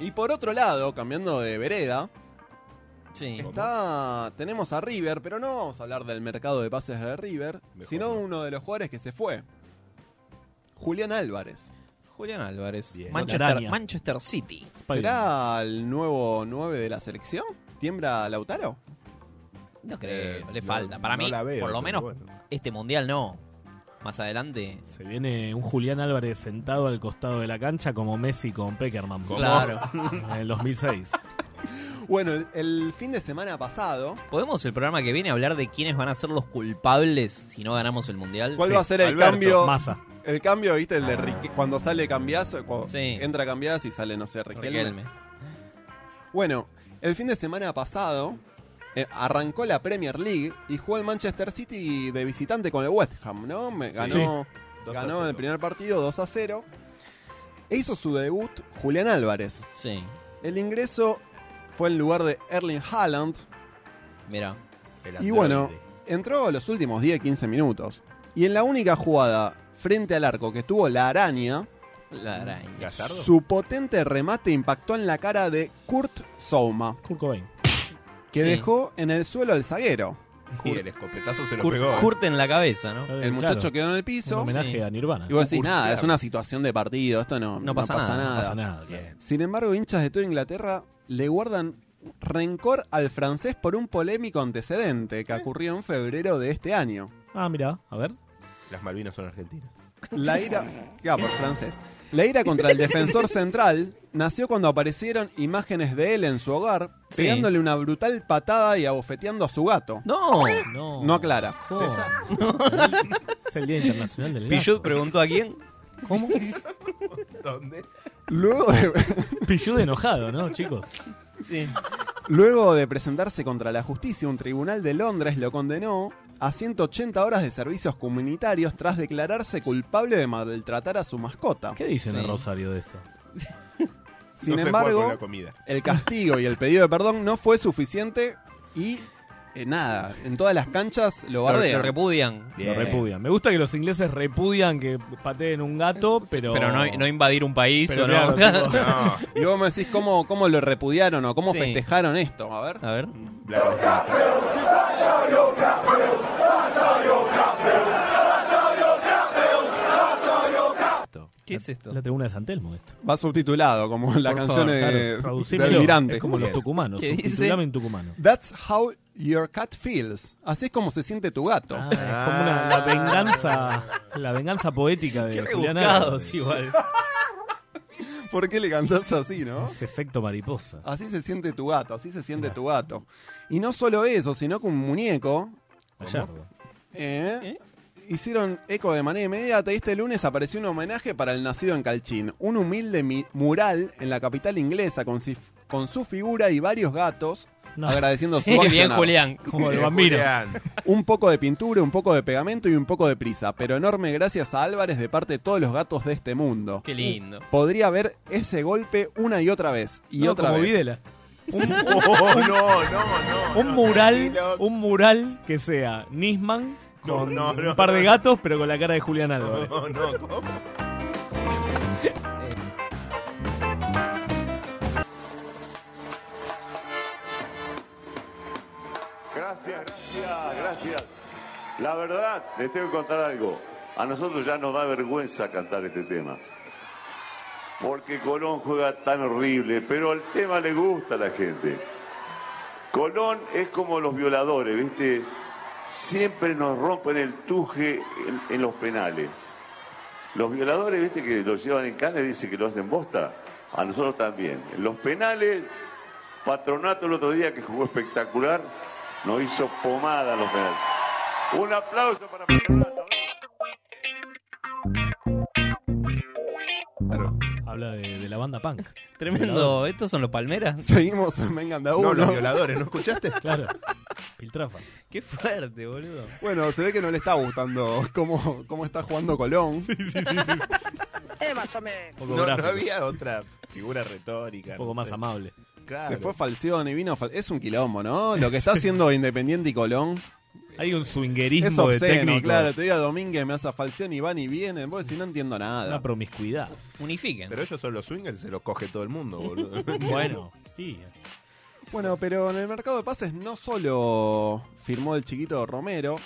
Speaker 2: Y por otro lado, cambiando de vereda,
Speaker 1: Sí.
Speaker 2: está tenemos a River, pero no vamos a hablar del mercado de pases de River, sino uno de los jugadores que se fue. Julián Álvarez.
Speaker 1: Julián Álvarez.
Speaker 2: La
Speaker 1: Manchester,
Speaker 2: araña.
Speaker 1: Manchester City.
Speaker 2: ¿Será el nuevo 9 de la selección? ¿Tiembla Lautaro?
Speaker 1: No creo,
Speaker 2: Eh,
Speaker 1: le
Speaker 2: no-
Speaker 1: falta. Para
Speaker 2: no
Speaker 1: mí,
Speaker 2: la veo,
Speaker 1: por lo
Speaker 2: pero
Speaker 1: menos,
Speaker 2: bueno.
Speaker 1: este mundial no. Más adelante.
Speaker 4: Se viene un Julián Álvarez sentado al costado de la cancha como Messi con Peckerman.
Speaker 1: ¿Cómo? Claro.
Speaker 4: En el 2006.
Speaker 2: Bueno, el, el fin de semana pasado.
Speaker 1: ¿Podemos el programa que viene hablar de quiénes van a ser los culpables si no ganamos el mundial?
Speaker 2: ¿Cuál
Speaker 1: Sí.
Speaker 2: va a ser el
Speaker 1: Alberto,
Speaker 2: cambio?
Speaker 1: Massa.
Speaker 2: El cambio, viste, el de Rique- cuando sale cambiazo, cuando
Speaker 1: Ah. Sí.
Speaker 2: entra cambiazo y sale, no sé, Riquelme.
Speaker 1: Riquelme.
Speaker 2: Bueno, el fin de semana pasado eh, arrancó la Premier League y jugó el Manchester City de visitante con el West Ham, ¿no? Me- ganó
Speaker 5: Dos a
Speaker 2: ganó
Speaker 5: cero.
Speaker 2: el primer partido 2 a 0. E hizo su debut Julián Álvarez.
Speaker 1: Sí.
Speaker 2: El ingreso fue en lugar de Erling Haaland.
Speaker 1: Mira.
Speaker 2: Y bueno, entró los últimos 10-15 minutos. Y en la única jugada frente al arco que tuvo la araña,
Speaker 1: La araña.
Speaker 2: su potente remate impactó en la cara de Kurt Souma,
Speaker 4: Kurt Cobain.
Speaker 2: que
Speaker 1: Sí.
Speaker 2: dejó en el suelo al zaguero.
Speaker 5: Y el escopetazo se lo
Speaker 1: Cur-
Speaker 5: pegó.
Speaker 1: curte en la cabeza, ¿no?
Speaker 2: El muchacho quedó en el piso.
Speaker 4: Eh, Un homenaje
Speaker 2: Sí.
Speaker 4: a Nirvana.
Speaker 2: Y vos decís,
Speaker 4: Kurt,
Speaker 2: nada,
Speaker 4: claro.
Speaker 2: es una situación de partido, esto no, no pasa, nada.
Speaker 4: No pasa nada. claro.
Speaker 2: Sin embargo, hinchas de toda Inglaterra le guardan rencor al francés por un polémico antecedente que ocurrió en febrero de este año.
Speaker 4: Ah, mira, a ver.
Speaker 5: Las Malvinas son argentinas.
Speaker 2: La <laughs> ira. Ya, por francés. La ira contra el defensor central nació cuando aparecieron imágenes de él en su hogar,
Speaker 1: Sí.
Speaker 2: pegándole una brutal patada y abofeteando a su gato.
Speaker 1: No,
Speaker 4: no.
Speaker 2: No aclara.
Speaker 4: César. Es el Día Internacional del
Speaker 1: Pillut preguntó a quién.
Speaker 4: ¿Cómo?
Speaker 5: ¿Dónde?
Speaker 2: Luego de... <laughs>
Speaker 4: Pilludo enojado, ¿no, chicos?
Speaker 1: Sí.
Speaker 2: Luego de presentarse contra la justicia, un tribunal de Londres lo condenó a 180 horas de servicios comunitarios tras declararse culpable de maltratar a su mascota.
Speaker 4: ¿Qué dicen en Rosario de esto?
Speaker 2: Sin
Speaker 5: No se juega
Speaker 2: embargo,
Speaker 5: con la comida.
Speaker 2: el castigo y el pedido de perdón no fue suficiente y eh, nada, en todas las canchas lo
Speaker 1: Lo-
Speaker 2: bardean.
Speaker 1: lo repudian.
Speaker 4: Lo repudian. Me gusta que los ingleses repudian que pateen un gato, pero.
Speaker 1: Pero no, no invadir un país
Speaker 4: Pero
Speaker 1: o no. <laughs>
Speaker 4: claro, tipo-
Speaker 2: Y vos me decís cómo, cómo lo repudiaron o cómo
Speaker 1: Sí.
Speaker 2: festejaron esto. A
Speaker 4: Ah.
Speaker 2: ver.
Speaker 1: A ver. ¿Qué es esto?
Speaker 4: La tribuna de San Telmo, esto.
Speaker 2: Va subtitulado como la
Speaker 4: Por
Speaker 2: canción
Speaker 4: favor,
Speaker 2: de,
Speaker 4: claro, traducímelo.
Speaker 2: del Mirante.
Speaker 4: Es como los tucumanos.
Speaker 2: ¿Qué dice?
Speaker 4: subtitulame en tucumano.
Speaker 2: That's how your cat feels. Así es como se siente tu gato.
Speaker 4: Ah, es como una, la venganza. La venganza poética de Julián Álvarez.
Speaker 1: igual.
Speaker 2: <laughs> ¿Por qué le cantás así, no?
Speaker 4: Ese efecto mariposa.
Speaker 2: Así se siente tu gato, así se siente tu gato. Y no solo eso, sino que un muñeco
Speaker 4: Gallardo.
Speaker 2: eh, hicieron eco de manera inmediata y este lunes apareció un homenaje para el nacido en Calchín. Un humilde mi- mural en la capital inglesa con, si- con su figura y varios gatos.
Speaker 4: No.
Speaker 1: <laughs>
Speaker 2: Agradeciendo su
Speaker 1: Sí, bien,
Speaker 2: accionar. <laughs>
Speaker 1: Julián. Como el bambino.
Speaker 5: Julián.
Speaker 2: Un poco de pintura, un poco de pegamento y un poco de prisa. Pero enorme gracias a Álvarez de parte de todos los gatos de este mundo.
Speaker 1: Qué lindo.
Speaker 2: Podría ver ese golpe una y otra vez. Y
Speaker 4: No,
Speaker 2: otra
Speaker 4: como
Speaker 2: vez.
Speaker 4: Videla.
Speaker 5: Oh, no, no, no.
Speaker 4: Un mural, un mural que sea Nisman con
Speaker 5: no, no,
Speaker 4: un par de
Speaker 5: no.
Speaker 4: gatos, pero con la cara de Julián Álvarez.
Speaker 5: No, no, ¿cómo?
Speaker 10: Gracias, gracias, gracias. La verdad, les tengo que contar algo. A nosotros ya nos da vergüenza cantar este tema. Porque Colón juega tan horrible, pero el tema le gusta a la gente. Colón es como los violadores, ¿viste? Siempre nos rompen el tuje en, en los penales. Los violadores, ¿viste? Que los llevan en cana y dicen que lo hacen bosta. A nosotros también. En los penales, Patronato el otro día que jugó espectacular, nos hizo pomada a los penales. Un aplauso para Patronato.
Speaker 4: Habla de, de la banda punk.
Speaker 1: Tremendo. ¿Estos son los palmeras? <laughs>
Speaker 2: <laughs> Seguimos en Vengan de a Uno.
Speaker 5: No, los violadores, ¿no escuchaste? <laughs>
Speaker 4: Claro. Piltrafa.
Speaker 1: Qué fuerte, boludo.
Speaker 2: <laughs> Bueno, se ve que no le está gustando cómo, cómo está jugando Colón.
Speaker 5: No, no había otra figura retórica.
Speaker 4: Un poco más amable.
Speaker 5: Claro.
Speaker 2: Se Ah, fue Falcioni, vino Fal- Es un quilombo, ¿no? Lo que está haciendo Independiente y Colón.
Speaker 4: Hay un
Speaker 2: Es
Speaker 4: swingerismo de
Speaker 2: obsceno,
Speaker 4: técnicos.
Speaker 2: claro. Te digo a Domínguez, me hace a Falcioni, van y vienen. Vos si no entiendo nada.
Speaker 4: Una promiscuidad.
Speaker 1: Unifiquen.
Speaker 5: Pero ellos son los swingers y se los coge todo el mundo, boludo.
Speaker 4: Bueno, sí.
Speaker 2: Bueno, pero en el mercado de pases no solo firmó el chiquito Romero,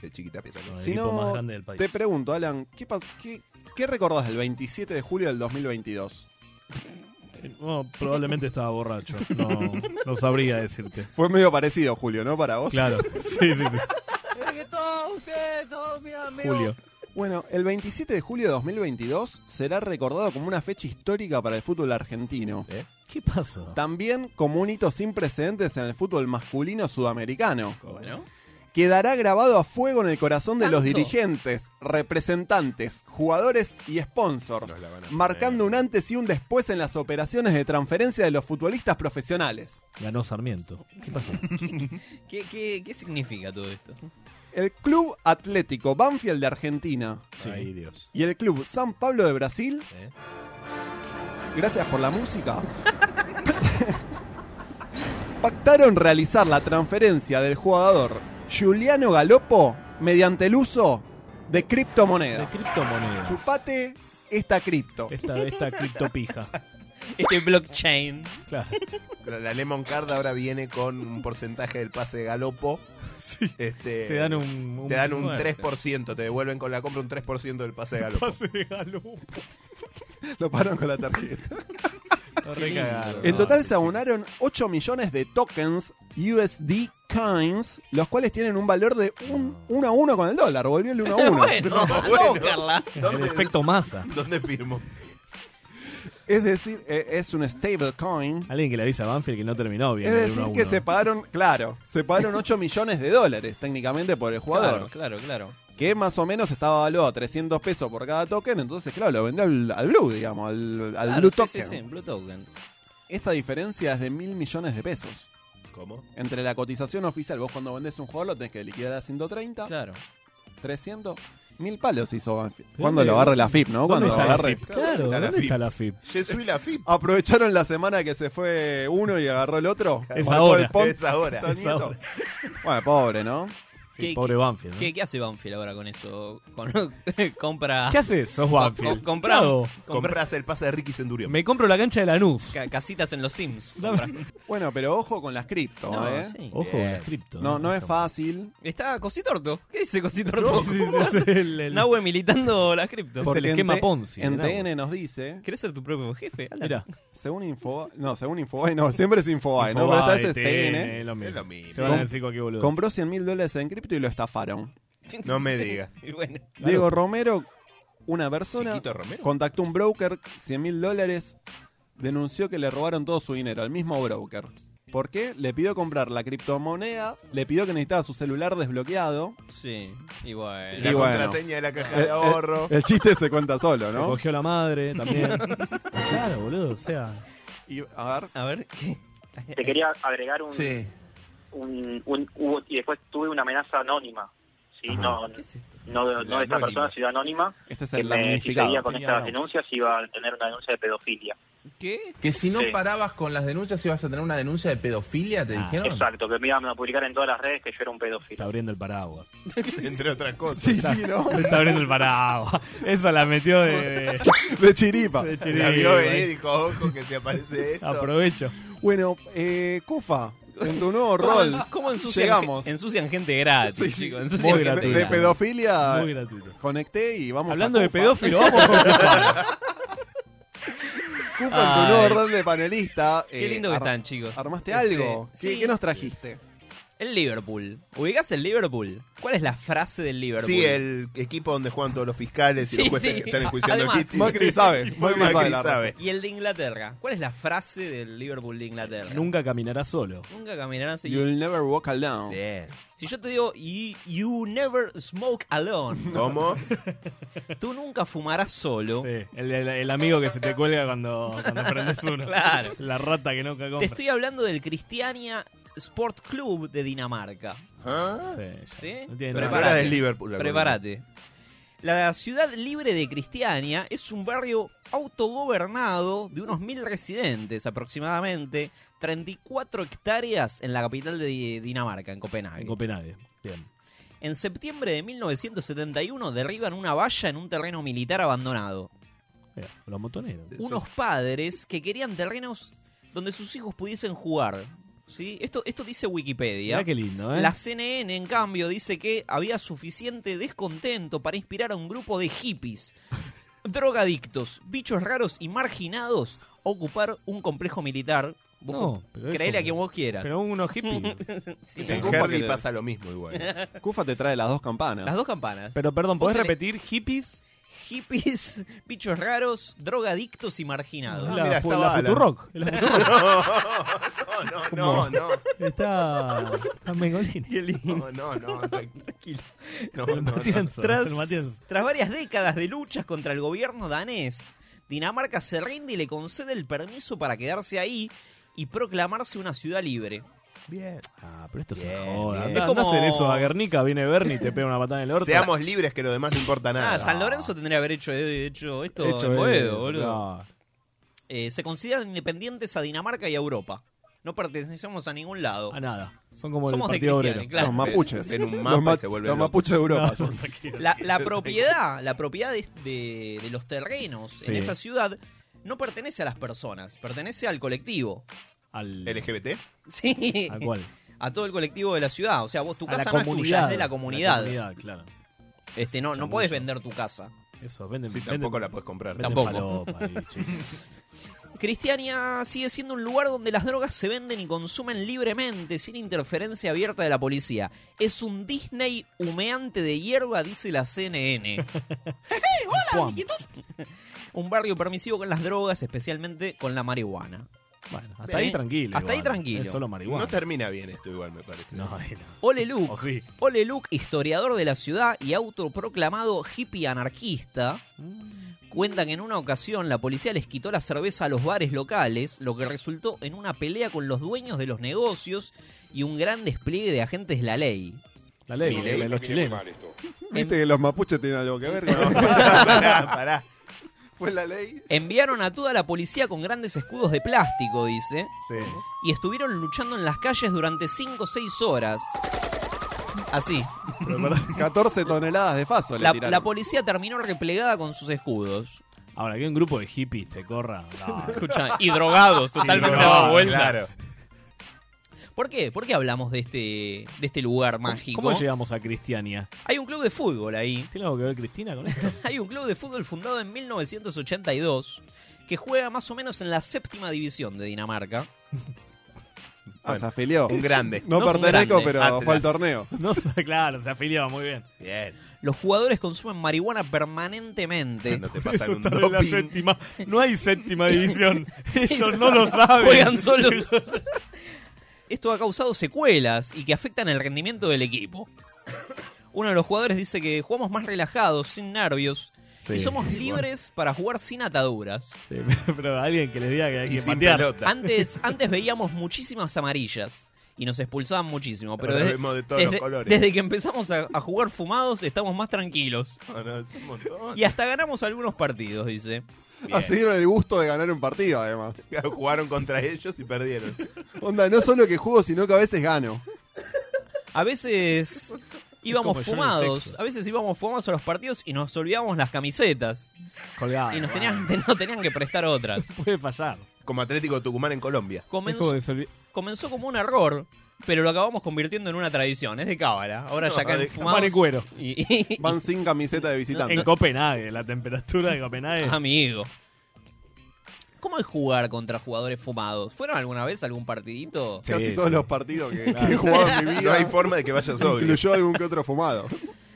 Speaker 5: De chiquita pieza. ¿no?
Speaker 4: El
Speaker 2: Si
Speaker 4: equipo
Speaker 2: no,
Speaker 4: más grande del país.
Speaker 2: Te pregunto, Alan, ¿qué, pas- qué, qué recordás del 27 de julio del 2022?
Speaker 4: No, probablemente estaba borracho. No, no sabría decirte.
Speaker 2: Fue medio parecido, Julio, ¿no? Para vos.
Speaker 4: Claro. Sí, sí, sí.
Speaker 20: que todos ustedes son mis amigos.
Speaker 2: Bueno, el 27 de julio de 2022 será recordado como una fecha histórica para el fútbol argentino.
Speaker 5: ¿Eh?
Speaker 4: ¿Qué pasó?
Speaker 2: También como un hito sin precedentes en el fútbol masculino sudamericano.
Speaker 1: Bueno.
Speaker 2: Quedará grabado a fuego en el corazón de los
Speaker 1: ¿Tanto?
Speaker 2: dirigentes, representantes, jugadores y sponsors, marcando un antes y un después en las operaciones de transferencia de los futbolistas profesionales.
Speaker 4: Ganó Sarmiento. ¿Qué pasó?
Speaker 1: ¿Qué, qué, qué significa todo esto?
Speaker 2: El Club Atlético Banfield de Argentina
Speaker 5: <laughs> Ay, Dios.
Speaker 2: y el Club San Pablo de Brasil. Gracias por la música. Pactaron realizar la transferencia del jugador Juliano Galopo mediante el uso de criptomonedas.
Speaker 4: De criptomonedas.
Speaker 2: Chupate esta cripto.
Speaker 4: Esta, esta
Speaker 5: <laughs>
Speaker 4: criptopija.
Speaker 1: Este blockchain.
Speaker 4: Claro.
Speaker 5: La, la Lemon Card ahora viene con un porcentaje del pase de galopo. Este,
Speaker 4: Te dan un- un-
Speaker 5: te dan un
Speaker 4: bueno.
Speaker 5: 3%, te devuelven con la compra un 3% del pase de galopo.
Speaker 2: Lo pararon con la tarjeta.
Speaker 4: Lo recagaron.
Speaker 2: En total se abonaron 8 millones de tokens USD coins, los cuales tienen un valor de un 1 a 1 con el dólar.
Speaker 1: <laughs>
Speaker 2: Volvió el 1 a 1.
Speaker 1: Bueno,
Speaker 5: bueno.
Speaker 1: no, Carla.
Speaker 4: El efecto masa.
Speaker 5: ¿Dónde firmo?
Speaker 2: Es decir, eh, es un stablecoin.
Speaker 4: Alguien que le avisa a Banfield que no terminó bien.
Speaker 2: Es
Speaker 4: el
Speaker 2: decir,
Speaker 4: 1-1.
Speaker 2: que se pagaron, claro, se pagaron 8 millones de dólares técnicamente por el jugador.
Speaker 1: Claro, claro, claro.
Speaker 2: Que más o menos estaba valuado a 300 pesos por cada token, entonces, claro, lo vendió al, al Blue, digamos, al, al
Speaker 1: Claro,
Speaker 2: Blue
Speaker 1: sí,
Speaker 2: Token.
Speaker 1: Sí, sí, Blue Token.
Speaker 2: Esta diferencia es de mil millones de pesos.
Speaker 5: ¿Cómo?
Speaker 2: Entre la cotización oficial, vos cuando vendés un jugador lo tenés que liquidar a 130.
Speaker 1: Claro.
Speaker 2: 300. Mil palos hizo Banfield.
Speaker 4: ¿Dónde-
Speaker 2: Cuando lo agarre la FIP, ¿no?
Speaker 4: ¿Dónde
Speaker 2: Cuando
Speaker 4: está la
Speaker 2: agarre-
Speaker 4: FIP? Claro, ¿dónde está la FIP?
Speaker 5: Yo soy la FIP.
Speaker 2: Aprovecharon la semana que se fue uno y agarró el otro.
Speaker 4: Es
Speaker 2: Marcó
Speaker 4: ahora.
Speaker 2: el pont-
Speaker 4: Es ahora.
Speaker 2: Está el
Speaker 4: Es
Speaker 2: nieto.
Speaker 4: ahora.
Speaker 2: Bueno, pobre, ¿no?
Speaker 1: ¿Qué-
Speaker 4: pobre
Speaker 1: qué-
Speaker 4: Banfield, ¿no?
Speaker 1: ¿qué, qué hace Banfield ahora con eso? Con- <laughs> compra.
Speaker 4: ¿Qué haces? Sos Banfield.
Speaker 1: Com- compra-
Speaker 4: Claro.
Speaker 1: compra-
Speaker 5: Compras el pase de Ricky Centurión.
Speaker 4: Me compro la cancha de Lanús.
Speaker 1: ca- casitas en los Sims.
Speaker 2: Bueno, pero ojo con las cripto,
Speaker 1: No,
Speaker 2: ¿eh?
Speaker 1: sí.
Speaker 4: Ojo con las cripto,
Speaker 2: No,
Speaker 4: ¿no?
Speaker 2: no es fácil.
Speaker 1: Está Cositorto. ¿Qué dice
Speaker 4: <laughs>
Speaker 1: Cositorto?
Speaker 4: es el- el-
Speaker 1: Nahue militando las criptos.
Speaker 2: porque en T- En TN nos dice.
Speaker 1: ¿Querés ser tu propio jefe? Alan? <laughs>
Speaker 2: Según Info, no, según Infobae, no, <laughs> siempre es Infobae, ¿no?
Speaker 4: Infobae,
Speaker 2: Pero esta es
Speaker 4: TN,
Speaker 2: TN.
Speaker 4: es lo mismo. Es lo mismo. Se van a decir cualquier boludo.
Speaker 2: Compró 100 mil dólares en cripto y lo estafaron.
Speaker 5: No me digas.
Speaker 1: <laughs> Y bueno.
Speaker 2: Diego Romero, una persona,
Speaker 5: Chiquito Romero.
Speaker 2: contactó un broker, 100 mil dólares, denunció que le robaron todo su dinero al mismo broker. ¿Por qué? Le pidió comprar la criptomoneda, le pidió que necesitaba su celular desbloqueado.
Speaker 1: Sí, y bueno.
Speaker 2: Y bueno,
Speaker 21: Eh,
Speaker 2: el- el- El, chiste se cuenta solo,
Speaker 4: Se
Speaker 2: ¿no?
Speaker 4: cogió la madre también. claro, boludo, o sea.
Speaker 2: a ver.
Speaker 1: A ver, ¿qué?
Speaker 6: Te quería agregar un, un, un- hubo- y después tuve una amenaza anónima, ¿sí?
Speaker 2: Ajá.
Speaker 6: no, no, de- no
Speaker 2: La
Speaker 6: de esta
Speaker 2: anónima.
Speaker 6: persona, sino anónima,
Speaker 2: Este es
Speaker 6: que
Speaker 2: el
Speaker 6: me, si
Speaker 2: damnificado.
Speaker 6: seguía con estas
Speaker 2: Claro.
Speaker 6: denuncias iba a tener una denuncia de pedofilia.
Speaker 1: ¿Qué?
Speaker 21: Que si no
Speaker 6: Sí.
Speaker 21: parabas con las denuncias ibas a tener una denuncia de pedofilia,
Speaker 5: Ah.
Speaker 21: te dijeron.
Speaker 6: Exacto, que me iban a publicar en todas las redes que yo era un pedófilo.
Speaker 4: Está abriendo el paraguas.
Speaker 5: Entre otras cosas.
Speaker 4: Está- le Está abriendo el paraguas. Eso la metió de. De,
Speaker 2: De chiripa.
Speaker 4: de
Speaker 5: La <laughs> vio
Speaker 4: güey.
Speaker 5: venir y dijo, ojo que te <laughs> aparece esto.
Speaker 4: Aprovecho.
Speaker 2: Bueno, eh, Cufa, en tu nuevo rol.
Speaker 1: ¿Cómo, cómo ensucian,
Speaker 2: llegamos?
Speaker 1: ensucian gente gratis, chicos? Ensucian
Speaker 2: Muy
Speaker 1: gente
Speaker 2: gratuito. De,
Speaker 1: gratis.
Speaker 2: pedofilia.
Speaker 1: Muy gratuito.
Speaker 2: Conecté y vamos
Speaker 4: Hablando
Speaker 2: a
Speaker 4: de
Speaker 2: Cufa.
Speaker 4: pedófilo, vamos.
Speaker 2: Cufa, en tu nuevo rol de panelista.
Speaker 1: Qué
Speaker 2: eh,
Speaker 1: lindo que
Speaker 2: ar-
Speaker 1: están, chicos.
Speaker 2: ¿Armaste
Speaker 1: Este,
Speaker 2: algo? ¿Qué,
Speaker 1: sí.
Speaker 2: qué nos trajiste?
Speaker 1: El Liverpool. ¿Ubicás el Liverpool? ¿Cuál es la frase del Liverpool?
Speaker 5: Sí, el equipo donde juegan todos los fiscales y
Speaker 1: Sí,
Speaker 5: los jueces
Speaker 1: sí.
Speaker 5: que están enjuiciando
Speaker 1: Además.
Speaker 5: el Kitty.
Speaker 1: Macri sabe,
Speaker 2: Macri
Speaker 5: Macri
Speaker 2: sabe la
Speaker 5: sabe.
Speaker 1: Y el de Inglaterra. ¿Cuál es la frase del Liverpool de Inglaterra?
Speaker 4: Nunca caminarás solo.
Speaker 1: Nunca caminarán así.
Speaker 2: You'll never walk alone.
Speaker 1: Si yo te digo, "You- you never smoke alone.
Speaker 5: ¿Cómo?
Speaker 1: Tú nunca fumarás solo.
Speaker 4: Sí, el, el- el amigo que se te cuelga cuando, cuando prendes uno.
Speaker 1: Claro.
Speaker 4: La rata que nunca
Speaker 1: Te
Speaker 4: compra.
Speaker 1: estoy hablando del Cristiania Sport Club de Dinamarca. ¿Sí?
Speaker 4: No tiene nada.
Speaker 1: Prepárate.
Speaker 4: Ahora del Liverpool, la
Speaker 1: Prepárate. La ciudad libre de Cristiania es un barrio autogobernado de unos mil residentes aproximadamente, 34 hectáreas en la capital de Di- Dinamarca, en Copenhague.
Speaker 4: En Copenhague. Bien.
Speaker 1: En septiembre de 1971 derriban una valla en un terreno militar abandonado.
Speaker 4: Mira, los motoneros.
Speaker 1: Unos padres que querían terrenos donde sus hijos pudiesen jugar. ¿Sí? Esto, esto dice Wikipedia.
Speaker 4: Mirá qué lindo, ¿eh?
Speaker 1: La CNN, en cambio, dice que había suficiente descontento para inspirar a un grupo de hippies, drogadictos, bichos raros y marginados a ocupar un complejo militar. Vos
Speaker 4: No, pero es
Speaker 1: creele a
Speaker 4: como-
Speaker 1: quien vos quieras.
Speaker 4: pero unos hippies.
Speaker 1: Sí.
Speaker 5: En Harry pasa lo mismo igual.
Speaker 2: <laughs> Cufa te trae las dos campanas.
Speaker 1: Las dos campanas.
Speaker 4: Pero perdón, ¿podés
Speaker 1: Vos en-
Speaker 4: repetir hippies?
Speaker 1: Hippies, bichos raros, drogadictos y marginados.
Speaker 4: la fu- la Futurock. <laughs> La Futurock.
Speaker 5: No,
Speaker 4: ¿Cómo?
Speaker 5: no.
Speaker 4: Está. Está Mengolini.
Speaker 5: No, no, no. Tranquilo. No,
Speaker 4: El
Speaker 5: no, no.
Speaker 4: Matienzo,
Speaker 1: Tras,
Speaker 4: el Matienzo.
Speaker 1: tras varias décadas de luchas contra el gobierno danés, Dinamarca se rinde y le concede el permiso para quedarse ahí y proclamarse una ciudad libre.
Speaker 5: Bien.
Speaker 4: Ah, pero esto
Speaker 5: Bien,
Speaker 4: es una joda.
Speaker 5: bien.
Speaker 4: Andá,
Speaker 5: Es
Speaker 4: andá a
Speaker 5: como-
Speaker 4: hacer eso a Guernica, viene Bernie y te pega una patada en el orto.
Speaker 5: Seamos libres que lo demás no importa
Speaker 1: Ah,
Speaker 5: nada.
Speaker 1: San Lorenzo tendría que haber hecho, eh, hecho esto
Speaker 4: Hecho
Speaker 1: en Boedo,
Speaker 4: eso,
Speaker 1: boludo.
Speaker 4: claro.
Speaker 1: Eh, se consideran independientes a Dinamarca y a Europa. No pertenecemos a ningún lado.
Speaker 4: A Ah, nada. Son como
Speaker 1: Somos
Speaker 4: el
Speaker 1: de
Speaker 4: Partido
Speaker 1: cristianes,
Speaker 4: Obrero.
Speaker 1: claro. Los mapuches.
Speaker 5: En un
Speaker 1: Los
Speaker 5: mapa
Speaker 1: ma-
Speaker 5: y se vuelve
Speaker 2: Los
Speaker 5: loco.
Speaker 2: mapuches de Europa
Speaker 5: <laughs>
Speaker 4: No,
Speaker 2: son.
Speaker 1: La, la propiedad, la propiedad de, de- de los terrenos en
Speaker 4: Sí.
Speaker 1: esa ciudad no pertenece a las personas, pertenece al colectivo. <laughs>
Speaker 4: Al...
Speaker 5: ¿LGBT?
Speaker 1: Sí.
Speaker 4: ¿A cuál?
Speaker 1: A todo el colectivo de la ciudad. O sea, vos tu
Speaker 4: A la
Speaker 1: casa no es tuya,
Speaker 4: comunidad.
Speaker 1: es de la comunidad.
Speaker 4: La comunidad, claro.
Speaker 1: Este, no, no podés vender tu casa.
Speaker 4: Eso, venden.
Speaker 5: Sí, tampoco la podés comprar.
Speaker 4: venden
Speaker 1: Tampoco.
Speaker 4: falopa
Speaker 1: <laughs>
Speaker 4: ahí, chicos.
Speaker 1: Cristiania sigue siendo un lugar donde las drogas se venden y consumen libremente, sin interferencia abierta de la policía. Es un Disney
Speaker 4: <laughs>
Speaker 1: humeante de hierba, dice la CNN.
Speaker 4: Juan.
Speaker 1: <laughs> un barrio permisivo con las drogas, especialmente con la marihuana.
Speaker 4: Bueno, hasta ahí tranquilo
Speaker 1: Hasta ahí
Speaker 4: igual,
Speaker 1: tranquilo.
Speaker 4: es solo marihuana.
Speaker 5: No termina bien esto igual, me parece.
Speaker 4: No,
Speaker 1: Ole
Speaker 4: Uh,
Speaker 1: Luke, Ole Luke, historiador de la ciudad y autoproclamado hippie anarquista, cuenta que en una ocasión la policía les quitó la cerveza a los bares locales, lo que resultó en una pelea con los dueños de los negocios y un gran despliegue de agentes de la ley.
Speaker 4: La
Speaker 2: ley, Milei, la de los termina muy chilenos. Viste
Speaker 1: En-
Speaker 2: que los mapuches tienen algo que
Speaker 5: <laughs>
Speaker 2: ver. con- Fue la ley.
Speaker 1: Enviaron a toda la policía con grandes escudos de plástico, dice. Y estuvieron luchando en las calles durante 5 o 6 horas. Así.
Speaker 2: 14 toneladas de faso le
Speaker 1: La,
Speaker 2: tiraron.
Speaker 1: la policía terminó replegada con sus escudos.
Speaker 4: <laughs> Ahora, que un grupo de hippies te <laughs> corra. No.
Speaker 1: Escucha, y drogados, totalmente
Speaker 4: Drogados,
Speaker 1: dado vueltas.
Speaker 4: claro.
Speaker 1: ¿Por qué? ¿Por qué hablamos de este, de este lugar mágico?
Speaker 4: ¿Cómo llegamos a Cristiania?
Speaker 1: Hay un club de fútbol ahí. <laughs>
Speaker 4: ¿Tiene algo que ver Cristina con esto? <laughs>
Speaker 1: Hay un club de fútbol fundado en 1982 que juega más o menos en la séptima división de Dinamarca.
Speaker 2: Ah, se afilió.
Speaker 21: <laughs>
Speaker 1: Un grande.
Speaker 2: No,
Speaker 1: No, un
Speaker 2: pertenezco,
Speaker 1: grande.
Speaker 2: pero
Speaker 1: Atlas.
Speaker 2: fue al torneo.
Speaker 4: No sé, claro, se afiliaba muy bien.
Speaker 5: Bien.
Speaker 1: Los jugadores consumen marihuana permanentemente. No te
Speaker 4: la séptima. No hay séptima
Speaker 1: <laughs>
Speaker 4: división. <laughs> Ellos no lo saben.
Speaker 1: Juegan
Speaker 4: <laughs>
Speaker 1: solos. Esto ha causado secuelas y que afectan el rendimiento del equipo. Uno de los jugadores dice que jugamos más relajados, sin nervios.
Speaker 4: Sí,
Speaker 1: y somos
Speaker 4: igual.
Speaker 1: libres para jugar sin ataduras.
Speaker 4: Pero alguien que les diga que hay que
Speaker 1: sin
Speaker 4: patear.
Speaker 1: pelota. Antes, antes veíamos muchísimas amarillas y nos expulsaban muchísimo. Pero
Speaker 5: Ahora
Speaker 1: desde,
Speaker 5: vemos de todos los
Speaker 1: desde-
Speaker 5: colores.
Speaker 1: desde que empezamos a, a jugar fumados estamos más tranquilos. Y hasta ganamos algunos partidos, dice.
Speaker 2: Ah, se dieron el gusto de ganar un partido, además.
Speaker 5: <laughs> Jugaron contra ellos y perdieron.
Speaker 2: Onda, no solo que juego, sino que a veces gano.
Speaker 1: A
Speaker 2: <laughs>
Speaker 1: veces
Speaker 2: como
Speaker 1: íbamos
Speaker 2: yo en el
Speaker 1: fumados,
Speaker 2: sexo.
Speaker 1: a veces íbamos fumados a los partidos y nos olvidábamos las camisetas. y <laughs> nos tenían, no tenían que prestar otras.
Speaker 4: <laughs> Puede fallar.
Speaker 5: Como Atlético Tucumán en Colombia.
Speaker 1: Comenzó, comenzó como un error, pero lo acabamos convirtiendo en una tradición. Es de cábala. Ahora ya caen fumados. Y, y-
Speaker 2: Van sin camiseta de visitante.
Speaker 4: En Copenhague, la temperatura de Copenhague.
Speaker 1: <laughs> Amigo. ¿Cómo es jugar contra jugadores fumados? ¿Fueron alguna vez a algún partidito?
Speaker 2: Casi todos los partidos que, que
Speaker 1: Claro.
Speaker 2: he jugado en mi vida.
Speaker 1: No hay forma de que vayas sobrio.
Speaker 2: Incluyó algún que otro fumado.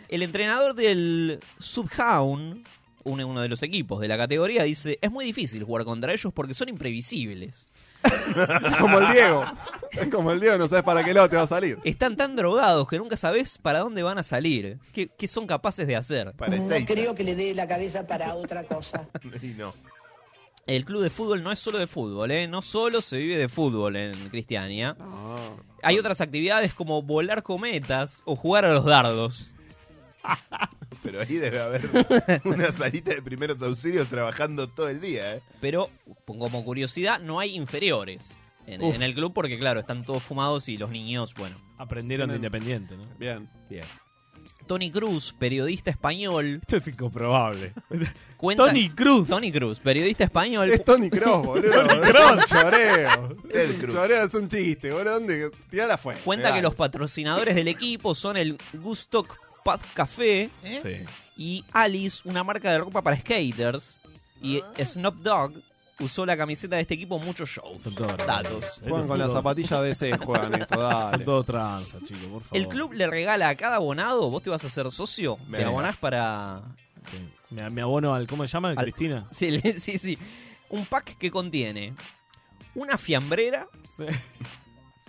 Speaker 1: El entrenador del Sudhaun, un- uno de los equipos de la categoría, dice, es muy difícil jugar contra ellos porque son imprevisibles.
Speaker 2: Como el Diego. Es como el Diego, no sabes para qué lado te va a salir.
Speaker 1: Están tan drogados que nunca sabes para dónde van a salir, qué, qué son capaces de hacer.
Speaker 22: que le dé la cabeza para otra cosa.
Speaker 1: El club de fútbol no es solo de fútbol, ¿eh? No solo se vive de fútbol en Cristiania. Hay otras actividades como volar cometas o jugar a los dardos.
Speaker 5: Pero ahí debe haber una salita de primeros auxilios trabajando todo el día, ¿eh?
Speaker 1: Pero, como curiosidad, no hay inferiores en,
Speaker 5: Uf.
Speaker 1: en el club porque, claro, están todos fumados y los niños, bueno.
Speaker 4: Aprendieron de Independiente, ¿no?
Speaker 2: Bien.
Speaker 5: Bien.
Speaker 1: Tony Cruz, periodista español.
Speaker 4: Esto es incomprobable.
Speaker 1: Tony Cruz. Tony Cruz, periodista español.
Speaker 2: Es Tony Cross, boludo.
Speaker 1: <laughs> Tony
Speaker 2: Es
Speaker 1: Kroos.
Speaker 2: un choreo. Es
Speaker 1: Ted
Speaker 2: un
Speaker 1: Cruz.
Speaker 2: choreo, es un chiste, boludo. ¿Dónde? Tirala fuera.
Speaker 1: Cuenta que los patrocinadores del equipo son el Gustock Pad Café
Speaker 4: ¿Eh?
Speaker 1: y Alice, una marca de ropa para skaters. Y Snoop Dogg usó la camiseta de este equipo en muchos shows. Datos.
Speaker 2: Juegan con la zapatilla de ese, juegan esto, dale.
Speaker 4: Son <laughs> todos tranza, chicos, por favor.
Speaker 1: El club le regala a cada abonado, vos te vas a ser socio,
Speaker 4: Me
Speaker 1: te
Speaker 4: da.
Speaker 1: abonás para...
Speaker 4: Me, me abono al. ¿Cómo se llama? Cristina.
Speaker 1: <laughs> Sí, le- sí, sí. Un pack que contiene una fiambrera,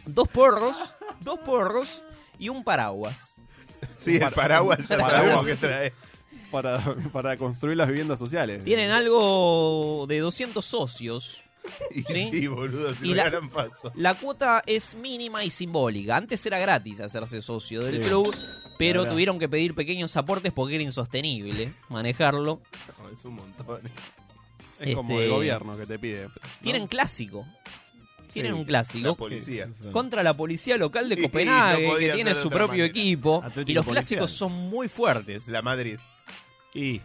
Speaker 1: dos porros, dos porros y un paraguas.
Speaker 5: Sí, el paraguas ya sabemos que trae.
Speaker 2: Para, para construir las viviendas sociales.
Speaker 1: Tienen algo de 200 socios.
Speaker 5: Y
Speaker 1: ¿sí?
Speaker 5: sí, boludo, si
Speaker 1: Y
Speaker 5: lo
Speaker 1: la-
Speaker 5: ganan paso.
Speaker 1: La cuota es mínima y simbólica. Antes era gratis hacerse socio del
Speaker 5: Sí.
Speaker 1: club, pero
Speaker 5: Ahora-
Speaker 1: tuvieron que pedir pequeños aportes porque era insostenible manejarlo.
Speaker 5: No, es un montón.
Speaker 2: Es como el
Speaker 1: Este,
Speaker 2: gobierno que te pide. ¿no?
Speaker 1: Tienen clásico. Tienen
Speaker 2: Sí,
Speaker 1: un clásico
Speaker 2: la policía.
Speaker 1: contra la policía local de
Speaker 2: Y- y no
Speaker 1: Copenhague,
Speaker 2: podía
Speaker 1: que tiene
Speaker 2: ser de
Speaker 1: su
Speaker 2: otra
Speaker 1: propio
Speaker 2: manera.
Speaker 1: equipo.
Speaker 2: Atlético
Speaker 1: y los
Speaker 2: policial.
Speaker 1: clásicos son muy fuertes.
Speaker 5: La Madrid.
Speaker 4: Y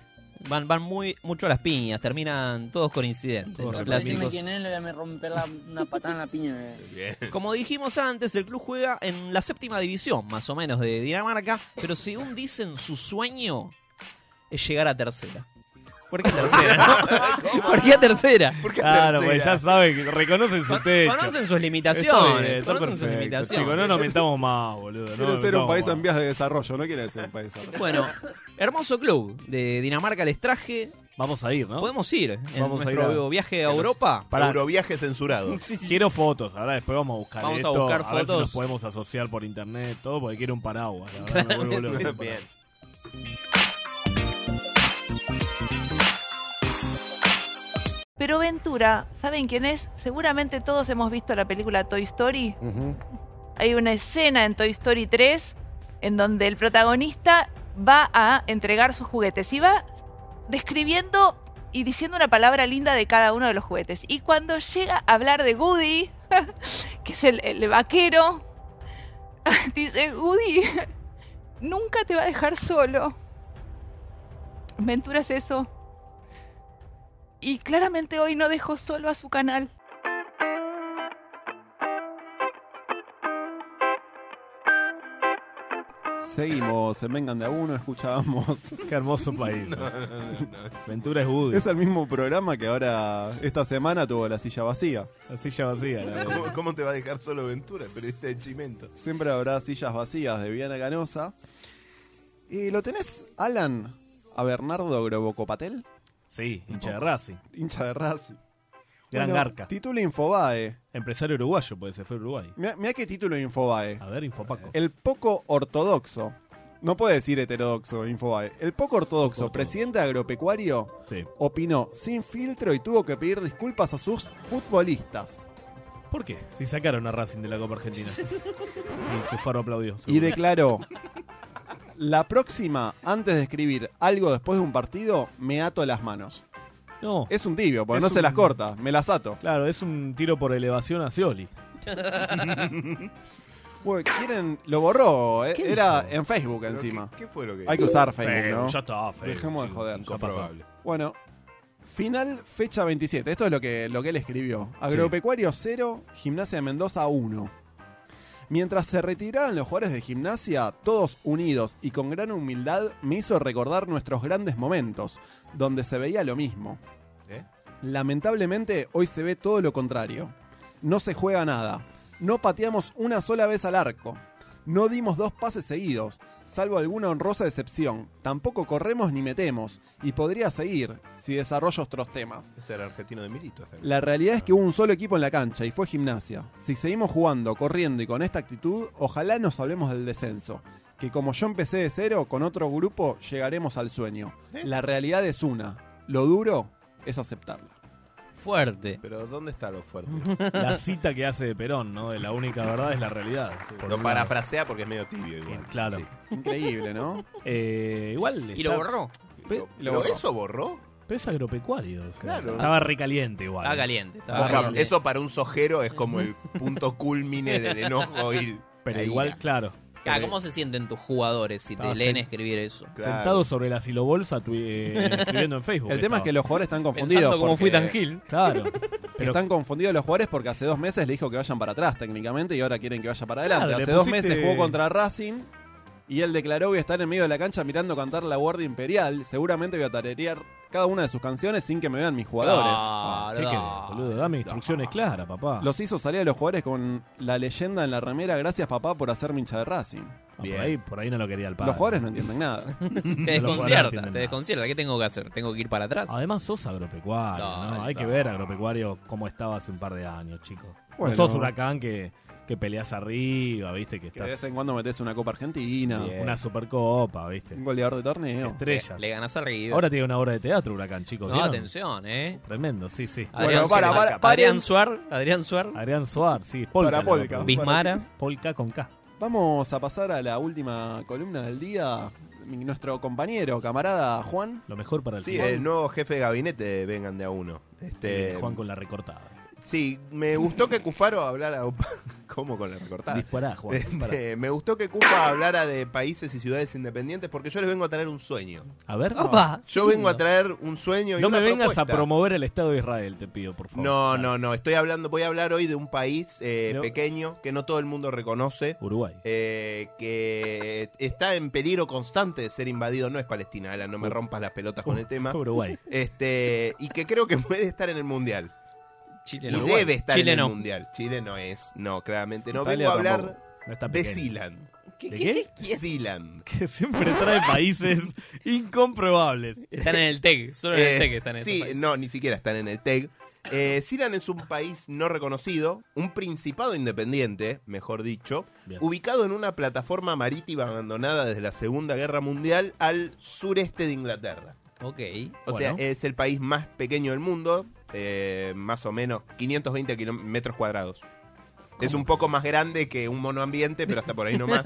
Speaker 1: van, van muy mucho a las piñas, terminan todos con incidentes. los clásicos.
Speaker 22: es, le voy a romper la- una patada en la piña. eh.
Speaker 1: Como dijimos antes, el club juega en la séptima división, más o menos, de Dinamarca, pero según dicen, su sueño es llegar a tercera. ¿Por qué tercera?
Speaker 2: <laughs>
Speaker 1: <laughs> ¿Por qué tercera?
Speaker 4: Claro, pues ya saben, que reconocen sus techos.
Speaker 1: Conocen sus
Speaker 4: Está bien,
Speaker 1: limitaciones.
Speaker 4: está
Speaker 1: conocen sus
Speaker 4: perfecto,
Speaker 1: limitaciones.
Speaker 4: chicos, no nos metamos más, boludo. no
Speaker 2: Quiere
Speaker 4: nos
Speaker 2: ser un
Speaker 4: metamos
Speaker 2: país
Speaker 4: más.
Speaker 2: en vías de desarrollo, no quiere ser un país desarrollado.
Speaker 1: Bueno, hermoso club de Dinamarca les traje.
Speaker 4: Vamos a ir, ¿no?
Speaker 1: Podemos ir eh, en
Speaker 4: Vamos a ir
Speaker 1: nuestro
Speaker 4: a-
Speaker 1: viaje a Europa.
Speaker 4: Pará.
Speaker 5: Euroviaje censurado.
Speaker 1: Sí, sí, sí.
Speaker 4: Quiero fotos, ahora después vamos a buscar
Speaker 1: Vamos a
Speaker 4: esto,
Speaker 1: buscar
Speaker 4: ver si
Speaker 1: fotos.
Speaker 4: nos podemos asociar por internet, todo, porque quiero un paraguas. la verdad, me vuelvo <laughs>
Speaker 1: Claramente.
Speaker 4: loco.
Speaker 1: Bien.
Speaker 8: Pero Ventura, ¿saben quién es? Seguramente todos hemos visto la película Toy Story. Hay una escena en Toy Story 3 en donde el protagonista va a entregar sus juguetes y va describiendo y diciendo una palabra linda de cada uno de los juguetes. Y cuando llega a hablar de Woody, que es el, el vaquero, dice, Woody, nunca te va a dejar solo. Ventura es eso. Y claramente hoy no dejó solo a su canal.
Speaker 2: Seguimos, se vengan de a uno, escuchábamos.
Speaker 4: Qué hermoso país. Ventura es Woody.
Speaker 2: Es el mismo programa que ahora, esta semana, tuvo la silla vacía.
Speaker 4: La silla vacía, la verdad.
Speaker 5: ¿Cómo, cómo te va a dejar solo Ventura? Pero ese de Chimento.
Speaker 2: Siempre habrá sillas vacías de Viana Canosa. ¿Y lo tenés, Alan, a Bernardo Grobocopatel?
Speaker 4: Sí, hincha de Racing.
Speaker 2: Hincha de Racing.
Speaker 4: Gran
Speaker 2: Bueno,
Speaker 4: garca.
Speaker 2: Título Infobae.
Speaker 4: Empresario uruguayo, puede ser, fue a Uruguay.
Speaker 2: Mirá, mirá qué título Infobae.
Speaker 4: A ver, Infopaco.
Speaker 2: El poco ortodoxo. No puede decir heterodoxo, Infobae. El poco ortodoxo, presidente agropecuario,
Speaker 4: Sí.
Speaker 2: opinó sin filtro y tuvo que pedir disculpas a sus futbolistas.
Speaker 4: ¿Por qué? Si sacaron a Racing de la Copa
Speaker 2: <laughs>
Speaker 4: Argentina. Y Cufaro aplaudió. <laughs>
Speaker 2: Y declaró: La próxima, antes de escribir algo después de un partido, me ato las manos.
Speaker 4: No.
Speaker 2: Es un tibio, porque
Speaker 4: Es
Speaker 2: no se
Speaker 4: un-
Speaker 2: las corta, me las ato.
Speaker 4: Claro, es un tiro por elevación a Scioli.
Speaker 2: Bueno, ¿quieren? Lo borró, eh,
Speaker 4: ¿Qué
Speaker 2: era
Speaker 4: dijo?
Speaker 2: en Facebook
Speaker 4: ¿Pero
Speaker 2: encima.
Speaker 4: qué- qué fue lo que
Speaker 2: Hay que
Speaker 4: dijo?
Speaker 2: usar Facebook,
Speaker 4: Facebook,
Speaker 2: ¿no?
Speaker 4: ya está, Facebook,
Speaker 2: Dejemos de
Speaker 4: sí,
Speaker 2: joder.
Speaker 4: incomprobable.
Speaker 2: Bueno, final fecha 27. Esto es lo que, lo que él escribió. Agropecuario 0, Gimnasia de Mendoza 1. Mientras se retiraban los jugadores de gimnasia, todos unidos y con gran humildad, me hizo recordar nuestros grandes momentos, donde se veía lo mismo.
Speaker 5: ¿Eh?
Speaker 2: Lamentablemente hoy se ve todo lo contrario. No se juega nada. No pateamos una sola vez al arco. No dimos dos pases seguidos, salvo alguna honrosa excepción. Tampoco corremos ni metemos. Y podría seguir si desarrollo otros temas.
Speaker 5: Ese era argentino de Milito. ese.
Speaker 2: La realidad es que hubo un solo equipo en la cancha y fue gimnasia. Si seguimos jugando, corriendo y con esta actitud, ojalá nos hablemos del descenso. Que como yo empecé de cero, con otro grupo llegaremos al sueño. La realidad es una. Lo duro es aceptarla.
Speaker 1: Fuerte.
Speaker 5: Pero ¿dónde está lo fuerte?
Speaker 4: La cita que hace de Perón, ¿no? De la única verdad es la realidad. Por
Speaker 5: Lo
Speaker 4: un lado.
Speaker 5: parafrasea porque es medio tibio igual.
Speaker 4: Claro.
Speaker 2: Increíble,
Speaker 1: <laughs>
Speaker 2: ¿no?
Speaker 4: Eh, igual.
Speaker 1: ¿Y lo borró?
Speaker 4: Pe-
Speaker 5: ¿Pero eso borró?
Speaker 4: Pero es agropecuario. o sea,
Speaker 5: Claro.
Speaker 4: Estaba recaliente igual.
Speaker 1: Estaba caliente, estaba
Speaker 21: Ah,
Speaker 5: Boca- Eso para un sojero es como
Speaker 21: <laughs>
Speaker 5: el punto culmine del enojo y.
Speaker 4: Pero
Speaker 5: la
Speaker 4: igual,
Speaker 5: ira.
Speaker 4: claro.
Speaker 1: Ah, ¿Cómo se sienten tus jugadores si te
Speaker 4: Estaba
Speaker 1: leen
Speaker 4: sen-
Speaker 1: escribir eso?
Speaker 4: Sentado sobre la silobolsa tu-
Speaker 2: <laughs>
Speaker 4: eh, escribiendo en Facebook.
Speaker 2: El tema es que los jugadores están confundidos.
Speaker 1: Pensando cómo fui
Speaker 2: porque
Speaker 1: tan gil.
Speaker 4: Claro.
Speaker 2: Están confundidos los jugadores porque hace dos meses le dijo que vayan para atrás técnicamente y ahora quieren que vaya para adelante.
Speaker 4: Claro, le
Speaker 2: hace dos
Speaker 4: pusiste-
Speaker 2: meses jugó contra Racing y él declaró voy a estar en medio de la cancha mirando cantar la Guardia Imperial. Seguramente voy a tarerear cada una de sus canciones sin que me vean mis jugadores.
Speaker 4: Ah, ¿Qué querés, boludo? Dame instrucciones claras, papá.
Speaker 2: Los hizo salir a los jugadores con la leyenda en la remera. Gracias papá por hacerme hincha de Racing.
Speaker 4: Ah, por, ahí, por ahí no lo quería el padre.
Speaker 2: Los jugadores no
Speaker 4: <laughs>
Speaker 2: entienden nada.
Speaker 1: Te
Speaker 4: Los jugadores Ah, no
Speaker 1: desconcierta,
Speaker 4: entienden
Speaker 1: te desconcierta. ¿Qué tengo que hacer? ¿Tengo que ir para atrás?
Speaker 4: Además sos agropecuario,
Speaker 1: No,
Speaker 4: ¿no? Hay
Speaker 1: no.
Speaker 4: que ver agropecuario cómo estaba hace un par de años, chicos.
Speaker 2: Bueno.
Speaker 4: No sos huracán que, que peleas arriba, viste, que
Speaker 2: Que de vez
Speaker 4: estás
Speaker 2: en cuando metes una Copa Argentina.
Speaker 4: Bien. una supercopa, viste.
Speaker 2: Un goleador de torneo.
Speaker 4: Estrellas.
Speaker 1: Le ganas al River.
Speaker 4: Ahora tiene una obra de teatro, huracán, chicos.
Speaker 1: No,
Speaker 4: ¿vieron?
Speaker 1: atención, ¿eh?
Speaker 4: Tremendo, sí, sí.
Speaker 1: Adrián, Suar- Adrián Suar. Adrián Suar.
Speaker 4: Adrián Suar, sí. Polka,
Speaker 2: Para
Speaker 4: no,
Speaker 2: Polka.
Speaker 4: perdón.
Speaker 2: Bismara.
Speaker 4: Polka con K.
Speaker 2: Vamos a pasar a la última columna del día. Mi- Nuestro compañero, camarada Juan.
Speaker 4: Lo mejor para el
Speaker 5: Sí, el nuevo jefe de gabinete de vengan de a uno. Este,
Speaker 4: Juan con la recortada.
Speaker 2: Sí, me gustó que Cufaro hablara. <laughs> ¿Cómo con la recortada?
Speaker 4: Dispará, Juan,
Speaker 2: Este,
Speaker 4: dispará.
Speaker 2: me gustó que Cufa hablara de países y ciudades independientes porque yo les vengo a traer un sueño.
Speaker 4: A ver.
Speaker 2: Yo vengo a traer un sueño y
Speaker 4: No
Speaker 2: una
Speaker 4: me vengas a
Speaker 2: propuesta.
Speaker 4: promover el Estado de Israel, te pido, por favor.
Speaker 2: No, no, no. Estoy hablando, voy a hablar hoy de un país eh, pequeño que no todo el mundo reconoce. Eh,
Speaker 4: Uruguay.
Speaker 2: que está en peligro constante de ser invadido. No es Palestina, Alan, no me rompas las pelotas con el tema.
Speaker 4: <laughs> Uruguay.
Speaker 2: Este, y que creo que puede estar en el mundial.
Speaker 1: Chile
Speaker 2: y
Speaker 1: no.
Speaker 2: debe estar
Speaker 1: Chile
Speaker 2: en el
Speaker 1: no.
Speaker 2: mundial. Chile no es, no, claramente no.
Speaker 4: Italia
Speaker 2: Vengo a hablar
Speaker 4: tampoco. No está
Speaker 2: de
Speaker 4: pequeño.
Speaker 2: Sealand.
Speaker 4: ¿Qué- ¿De qué?
Speaker 2: Sealand.
Speaker 4: Que siempre trae países incomprobables.
Speaker 2: Están en el TEG, solo en el TEG están en Sí,
Speaker 1: este
Speaker 2: no, ni siquiera están en el TEG. Eh, Silan es un país no reconocido, un principado independiente, mejor dicho,
Speaker 4: Bien.
Speaker 2: ubicado en una plataforma marítima abandonada desde la Segunda Guerra Mundial al sureste de Inglaterra.
Speaker 1: Ok.
Speaker 2: O sea, es el país más pequeño del mundo, eh, más o menos 520 kiló- metros cuadrados. Es un poco más grande que un monoambiente, pero hasta por ahí nomás.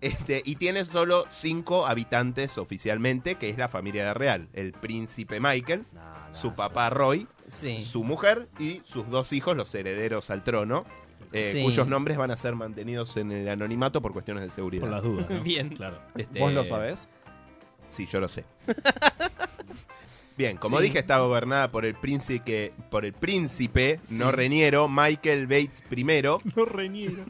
Speaker 2: Este, y tiene solo cinco habitantes oficialmente, que es la familia real. El príncipe Michael, su papá Roy, su mujer y sus dos hijos, los herederos al trono, eh,
Speaker 1: Sí.
Speaker 2: cuyos nombres van a ser mantenidos en el anonimato por cuestiones de seguridad.
Speaker 4: Por las dudas, ¿no?
Speaker 1: Bien.
Speaker 4: Claro.
Speaker 2: Este,
Speaker 5: ¿Vos lo sabés?
Speaker 2: Sí, yo lo sé. Bien, como
Speaker 5: Sí.
Speaker 2: dije, está gobernada por el príncipe, por el príncipe
Speaker 4: Sí.
Speaker 2: no reñero Michael Bates I.
Speaker 4: No reniego.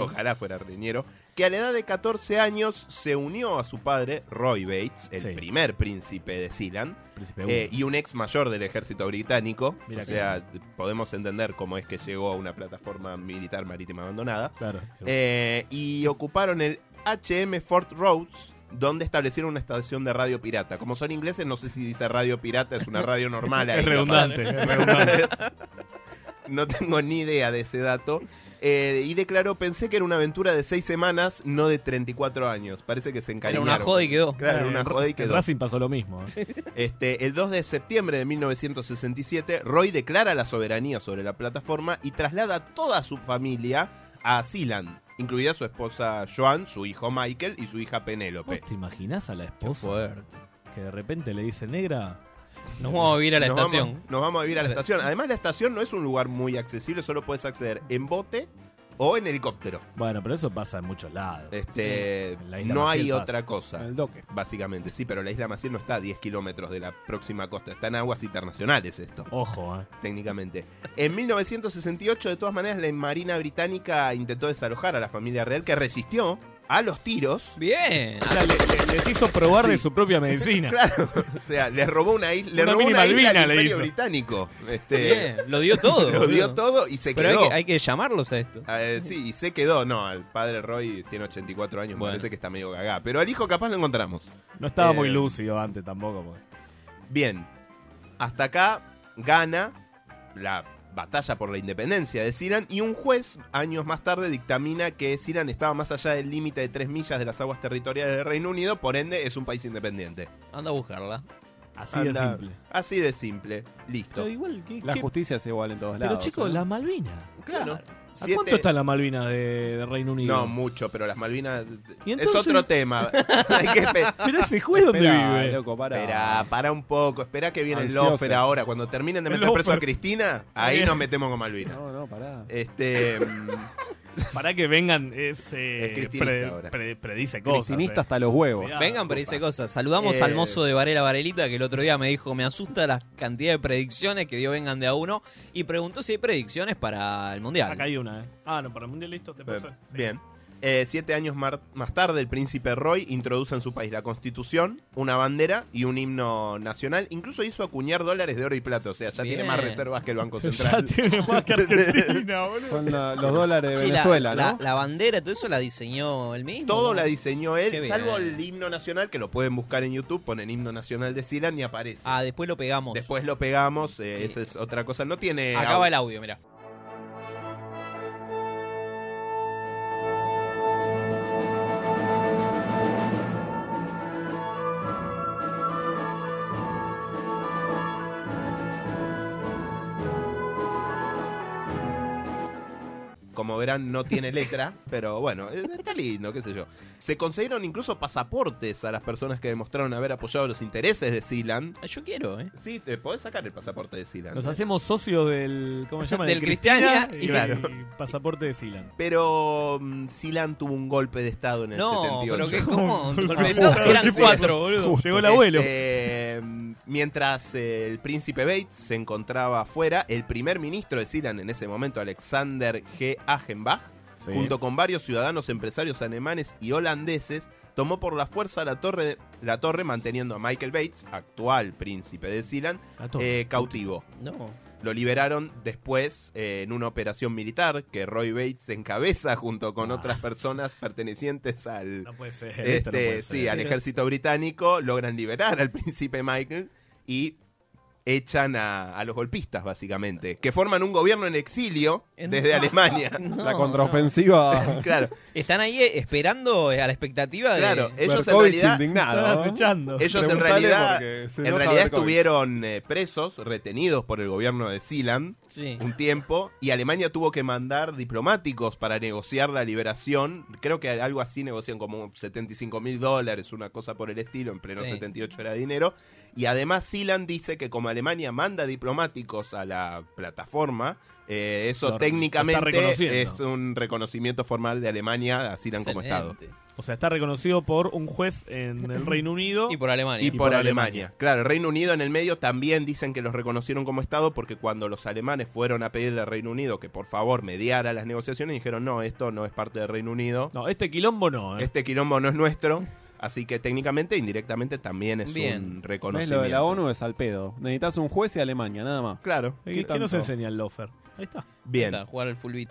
Speaker 2: Ojalá fuera reñero. Que a la edad de 14 años se unió a su padre, Roy Bates, el primer príncipe de Sealand,
Speaker 4: Príncipe
Speaker 2: eh,
Speaker 4: uno.
Speaker 2: y un ex mayor del ejército británico.
Speaker 4: Mira
Speaker 2: o
Speaker 4: qué
Speaker 2: sea, podemos entender cómo es que llegó a una plataforma militar marítima abandonada.
Speaker 4: Claro.
Speaker 2: Eh, y ocuparon el HM Fort Rhodes, donde establecieron una estación de radio pirata. Como son ingleses, no sé si dice radio pirata, es una radio
Speaker 4: <laughs>
Speaker 2: normal. ahí,
Speaker 4: Es redundante,
Speaker 2: capaz.
Speaker 4: es redundante.
Speaker 2: no tengo ni idea de ese dato. Eh, y declaró, pensé que era una aventura de seis semanas, no de 34 años. Parece que se
Speaker 1: Era
Speaker 2: encariñaron.
Speaker 1: una joda y Eh, quedó.
Speaker 2: Claro, era una joda y
Speaker 4: En
Speaker 2: quedó.
Speaker 4: Racing pasó lo mismo. ¿eh?
Speaker 2: Este, el 2 de septiembre de 1967, Roy declara la soberanía sobre la plataforma y traslada a toda su familia a Sealand, incluida su esposa Joan, su hijo Michael y su hija Penélope.
Speaker 4: ¿Vos te imaginás a la esposa? Que de repente le dice negra.
Speaker 1: Nos vamos a vivir a la
Speaker 2: Nos vamos-
Speaker 1: estación.
Speaker 2: nos vamos a vivir a la estación. Además, la estación no es un lugar muy accesible, solo puedes acceder en bote o en helicóptero.
Speaker 4: Bueno, pero eso pasa en muchos lados.
Speaker 2: Este,
Speaker 4: Sí. En la isla
Speaker 2: no hay
Speaker 4: Maciel pasa.
Speaker 2: otra cosa. Básicamente, sí, pero la isla Maciel no está a 10 kilómetros de la próxima costa. Está en aguas internacionales esto.
Speaker 4: Ojo, eh.
Speaker 2: Técnicamente. En 1968, de todas maneras, la Marina Británica intentó desalojar a la familia real que resistió a los tiros.
Speaker 1: Bien.
Speaker 4: O sea, le- le- les hizo probar de su propia medicina.
Speaker 2: <laughs> Claro, o sea, les robó una isla, le
Speaker 4: Una
Speaker 2: robó
Speaker 4: mini
Speaker 2: una isla
Speaker 4: Malvina
Speaker 2: al
Speaker 4: le
Speaker 2: Imperio
Speaker 4: hizo.
Speaker 2: británico. Este,
Speaker 1: Bien, lo dio todo,
Speaker 2: <laughs> lo dio
Speaker 1: boludo.
Speaker 2: todo y se
Speaker 1: Pero hay
Speaker 2: quedó.
Speaker 1: que- hay que llamarlos a esto.
Speaker 2: Eh, sí, y se quedó. No, el padre Roy tiene 84 años,
Speaker 1: Bueno.
Speaker 2: parece que está medio gagá. Pero al hijo capaz lo encontramos.
Speaker 4: No estaba muy
Speaker 2: Eh,
Speaker 4: lúcido antes tampoco. porque-
Speaker 2: Bien, hasta acá gana la batalla por la independencia de Siran y un juez años más tarde dictamina que Siran estaba más allá del límite de tres millas de las aguas territoriales del Reino Unido, por ende es un país independiente.
Speaker 1: Anda a buscarla.
Speaker 4: Así de simple.
Speaker 2: Así de simple, listo.
Speaker 4: Pero igual, ¿qué-
Speaker 5: La
Speaker 4: qué-
Speaker 5: justicia es igual en todos
Speaker 4: Pero
Speaker 5: lados.
Speaker 4: chicos,
Speaker 5: ¿no?
Speaker 4: las Malvinas.
Speaker 2: Claro.
Speaker 4: ¿A
Speaker 2: Siete-
Speaker 4: cuánto están las Malvinas de, de Reino Unido?
Speaker 2: No, mucho, pero las Malvinas eh,
Speaker 4: ¿Y entonces?
Speaker 2: es
Speaker 4: <laughs>
Speaker 2: otro tema.
Speaker 4: Mirá ese juez dónde Esperá, vive.
Speaker 5: loco, para.
Speaker 2: Espera, para un poco. Espera que viene
Speaker 5: Ansioso.
Speaker 2: el lofer ahora. Cuando terminen de
Speaker 5: El
Speaker 2: meter preso a
Speaker 5: lofer.
Speaker 2: Cristina, ahí
Speaker 4: Bien.
Speaker 2: nos metemos con Malvinas.
Speaker 5: No, no, pará. <laughs>
Speaker 2: Este.
Speaker 4: Para que vengan, es, eh,
Speaker 2: Es cristinista
Speaker 4: pre-
Speaker 2: ahora.
Speaker 4: pre- predice cosas. eh.
Speaker 5: Cristinista hasta los huevos.
Speaker 4: Mirá,
Speaker 1: Vengan, pero dice cosas. Saludamos
Speaker 4: Eh.
Speaker 1: al mozo de Varela Varelita que el otro día me dijo, me asusta la cantidad de predicciones que dio vengan de a uno y preguntó si hay predicciones para el Mundial.
Speaker 4: Acá hay una, ¿eh? Ah, no, para el mundial listo te pasó.
Speaker 2: Bien. Eh, siete años mar- más tarde, el príncipe Roy introduce en su país la constitución, una bandera y un himno nacional. Incluso hizo acuñar dólares de oro y plata. O sea, ya tiene
Speaker 1: Bien.
Speaker 2: más reservas que
Speaker 1: <laughs>
Speaker 2: el Banco Central. <laughs>
Speaker 5: Son la- los dólares de
Speaker 1: Che, la-
Speaker 5: Venezuela,
Speaker 1: la,
Speaker 5: ¿no?
Speaker 1: la bandera, todo eso la diseñó él mismo.
Speaker 2: Todo
Speaker 1: ¿no?
Speaker 2: la diseñó
Speaker 1: Qué
Speaker 2: él,
Speaker 1: bien.
Speaker 2: salvo el himno nacional, que lo pueden buscar en YouTube, ponen himno nacional de Silan y aparece.
Speaker 1: Ah, después lo pegamos.
Speaker 2: Después eh, lo pegamos, eh, esa es otra cosa. No tiene.
Speaker 1: Acaba el audio, mirá.
Speaker 2: Con como verán no tiene letra, pero bueno, eh, está lindo, qué sé yo. Se concedieron incluso pasaportes a las personas que demostraron haber apoyado los intereses de Sealand.
Speaker 1: Yo quiero, ¿eh?
Speaker 2: Sí, te podés sacar el pasaporte de Sealand.
Speaker 4: Nos hacemos socios del. ¿Cómo se llama?
Speaker 1: Del Cristiania
Speaker 4: Cristiania
Speaker 1: y-
Speaker 4: y pasaporte de Silan.
Speaker 2: Pero mm, Silan tuvo un golpe de estado en el
Speaker 1: No,
Speaker 2: 78.
Speaker 1: pero qué-
Speaker 2: <laughs>
Speaker 1: ¿cómo? Un golpe de estado si eran cuatro, boludo. Llegó el abuelo.
Speaker 2: Este, mm, mientras eh, el príncipe Bates se encontraba afuera, el primer ministro de Silan en ese momento, Alexander G. Agenbach,
Speaker 4: Sí.
Speaker 2: junto con varios ciudadanos empresarios alemanes y holandeses, tomó por la fuerza la torre, de- la torre manteniendo a Michael Bates, actual príncipe de Silan,
Speaker 4: La torre.
Speaker 2: eh, cautivo.
Speaker 1: No.
Speaker 2: Lo liberaron después eh, en una operación militar que Roy Bates encabeza junto con otras personas pertenecientes al,
Speaker 4: No puede ser.
Speaker 2: este,
Speaker 4: esto no puede
Speaker 2: sí,
Speaker 4: ser.
Speaker 2: al ejército británico. Logran liberar al <laughs> príncipe Michael y echan a, a los golpistas, básicamente, que forman un gobierno en exilio desde Alemania.
Speaker 11: La contraofensiva. <laughs>
Speaker 2: claro.
Speaker 1: Están ahí eh, esperando eh, a la expectativa de.
Speaker 2: Claro, eh, ellos en realidad,
Speaker 4: Eh,
Speaker 2: ellos
Speaker 1: Preguntale
Speaker 2: en realidad,
Speaker 1: porque se
Speaker 2: en
Speaker 1: enoja
Speaker 2: realidad
Speaker 1: Berkovich.
Speaker 2: estuvieron eh, presos, retenidos por el gobierno de Sealand
Speaker 1: Sí.
Speaker 2: un tiempo y Alemania tuvo que mandar diplomáticos para negociar la liberación. Creo que algo así negocian como 75 mil dólares, una cosa por el estilo, en pleno
Speaker 1: Sí.
Speaker 2: 78 era dinero. Y además Sealand dice que como Alemania manda diplomáticos a la plataforma, eh,
Speaker 4: Lo
Speaker 2: eso
Speaker 4: re- lo está
Speaker 2: técnicamente
Speaker 4: reconociendo.
Speaker 2: es un reconocimiento formal de Alemania a Sealand como Estado.
Speaker 4: O sea, está reconocido por un juez en
Speaker 11: <laughs>
Speaker 4: el Reino Unido.
Speaker 1: Y por Alemania.
Speaker 2: Y, por, Alemania. Claro, el Reino Unido en el medio también dicen que los reconocieron como Estado porque cuando los alemanes fueron a pedirle al Reino Unido que por favor mediara las negociaciones, dijeron, no, esto no es parte del Reino Unido.
Speaker 4: No, este quilombo no. ¿eh?
Speaker 2: Este quilombo no es nuestro. Así que técnicamente, indirectamente, también es
Speaker 11: Bien.
Speaker 2: un
Speaker 11: ¿Ves?
Speaker 2: reconocimiento.
Speaker 11: Lo de la ONU es al pedo. Necesitas un juez y Alemania, nada más.
Speaker 2: Claro.
Speaker 4: ¿Qué, qué nos
Speaker 11: tanto?
Speaker 4: enseña el Lofer? Ahí está.
Speaker 2: Bien.
Speaker 1: Para jugar al full beat.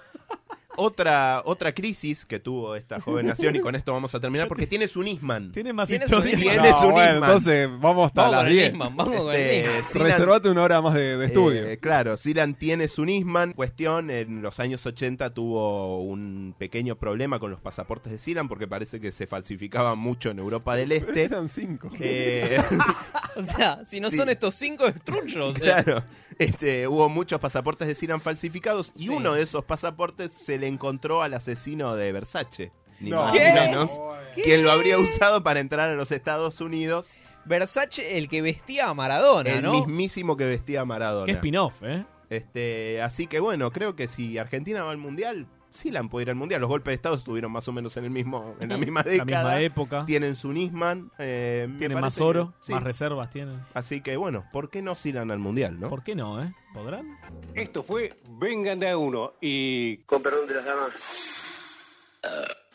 Speaker 2: Otra, otra crisis que tuvo esta joven nación, y con esto vamos a terminar, porque tienes un Isman.
Speaker 4: Tiene más
Speaker 1: Tiene
Speaker 4: historia.
Speaker 11: <laughs>
Speaker 1: sonido.
Speaker 2: Tienes
Speaker 11: No,
Speaker 2: un
Speaker 11: bueno,
Speaker 2: Isman.
Speaker 11: entonces vamos hasta
Speaker 1: Vamos
Speaker 11: las
Speaker 1: con el
Speaker 11: 10.
Speaker 1: Isman, vamos con
Speaker 2: Este,
Speaker 1: el Isman.
Speaker 2: Sinan-
Speaker 11: Reservate una hora más de, de estudio.
Speaker 2: Eh, claro, Silan tiene su Nisman. Cuestión, en los años 80 tuvo un pequeño problema con los pasaportes de Silan porque parece que se falsificaban mucho en Europa del Este.
Speaker 11: Eran cinco.
Speaker 2: Eh, <laughs>
Speaker 1: <laughs> O sea, si no
Speaker 2: Sí.
Speaker 1: son estos cinco, es trucho. O sea.
Speaker 2: claro, este, hubo muchos pasaportes de Silan falsificados y uno de esos pasaportes se le encontró al asesino de Versace. Ni
Speaker 1: No.
Speaker 2: más
Speaker 1: ¿Qué?
Speaker 2: ni menos,
Speaker 1: ¿Qué?
Speaker 2: Quien lo habría usado para entrar a los Estados Unidos.
Speaker 1: Versace, el que vestía a Maradona,
Speaker 2: el
Speaker 1: ¿no?
Speaker 2: mismísimo que vestía Maradona.
Speaker 4: Qué spin-off, ¿eh?
Speaker 2: Este, así que bueno, creo que si Argentina va al mundial, sí la han podido ir al mundial. Los golpes de estado estuvieron más o menos en el mismo, en la misma
Speaker 4: <laughs> La
Speaker 2: década.
Speaker 4: misma época.
Speaker 2: Tienen su Nisman. eh, me
Speaker 4: Tiene más
Speaker 2: parece
Speaker 4: oro,
Speaker 2: que- sí.
Speaker 4: más reservas tiene.
Speaker 2: Así que bueno, ¿por qué no Silan al mundial, no?
Speaker 4: ¿Por qué no, eh? ¿Podrán?
Speaker 23: Esto fue Vengan de a uno y.
Speaker 10: Con perdón de las damas.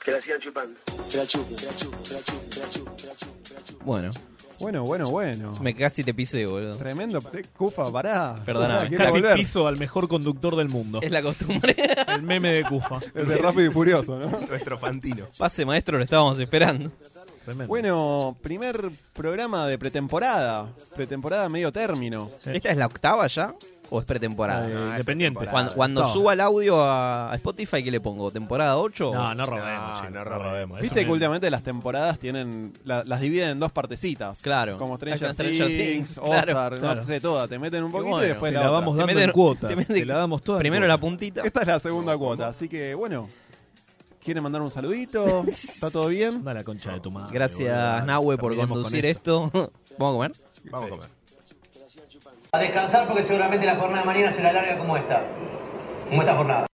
Speaker 10: que la sigan chupando. Que la chupen, que la chupen, que la chupen, que la chupen, que la chupen.
Speaker 1: Bueno,
Speaker 11: Bueno, bueno, bueno.
Speaker 1: me casi te pisé, boludo.
Speaker 11: Tremendo. te- Cufa, pará.
Speaker 1: Perdóname.
Speaker 11: Pará, quiero
Speaker 4: Casi
Speaker 11: volver.
Speaker 4: piso al mejor conductor
Speaker 1: <laughs>
Speaker 4: del mundo.
Speaker 1: Es la costumbre.
Speaker 4: El meme de Cufa.
Speaker 11: El de Rápido y Furioso, ¿no?
Speaker 2: <laughs> Nuestro
Speaker 4: <laughs>
Speaker 2: Fantino.
Speaker 1: Pase, maestro, lo estábamos esperando.
Speaker 4: Eh,
Speaker 11: Bueno, primer programa de pretemporada. Pretemporada medio término.
Speaker 1: ¿Esta es la octava ya? ¿O es
Speaker 11: ah,
Speaker 1: pretemporada?
Speaker 4: Eh, No, es dependiente. pretemporada.
Speaker 1: Cuando, cuando
Speaker 4: Octava.
Speaker 1: suba el audio a a Spotify, ¿qué le pongo? ¿Temporada 8?
Speaker 4: No, no robemos, chicos, no robemos. Eso
Speaker 11: Viste que
Speaker 4: no-
Speaker 11: últimamente las temporadas tienen la- las dividen en dos partecitas.
Speaker 1: Claro. Como
Speaker 11: Como Stranger,
Speaker 1: Stranger
Speaker 11: Things,
Speaker 1: Things, claro.
Speaker 11: Ozark,
Speaker 1: Claro.
Speaker 11: no sé, toda. Te meten un poquito
Speaker 1: bueno,
Speaker 11: y después
Speaker 1: te
Speaker 11: la,
Speaker 1: la
Speaker 11: otra.
Speaker 1: vamos dando Te meten- en cuotas, te meten- te la
Speaker 4: damos toda en
Speaker 1: primero la cuotas. puntita.
Speaker 11: Esta es la segunda cuota, así que bueno. ¿Quieren mandar un saludito? ¿Está todo bien?
Speaker 4: Dale la concha de tu madre.
Speaker 1: Gracias,
Speaker 4: boludo.
Speaker 1: Nahue, por
Speaker 4: Terminemos con
Speaker 1: conducir esto. <laughs> ¿Vamos a comer?
Speaker 2: Vamos a comer.
Speaker 24: A descansar porque seguramente la jornada de mañana será larga como esta. Como esta jornada.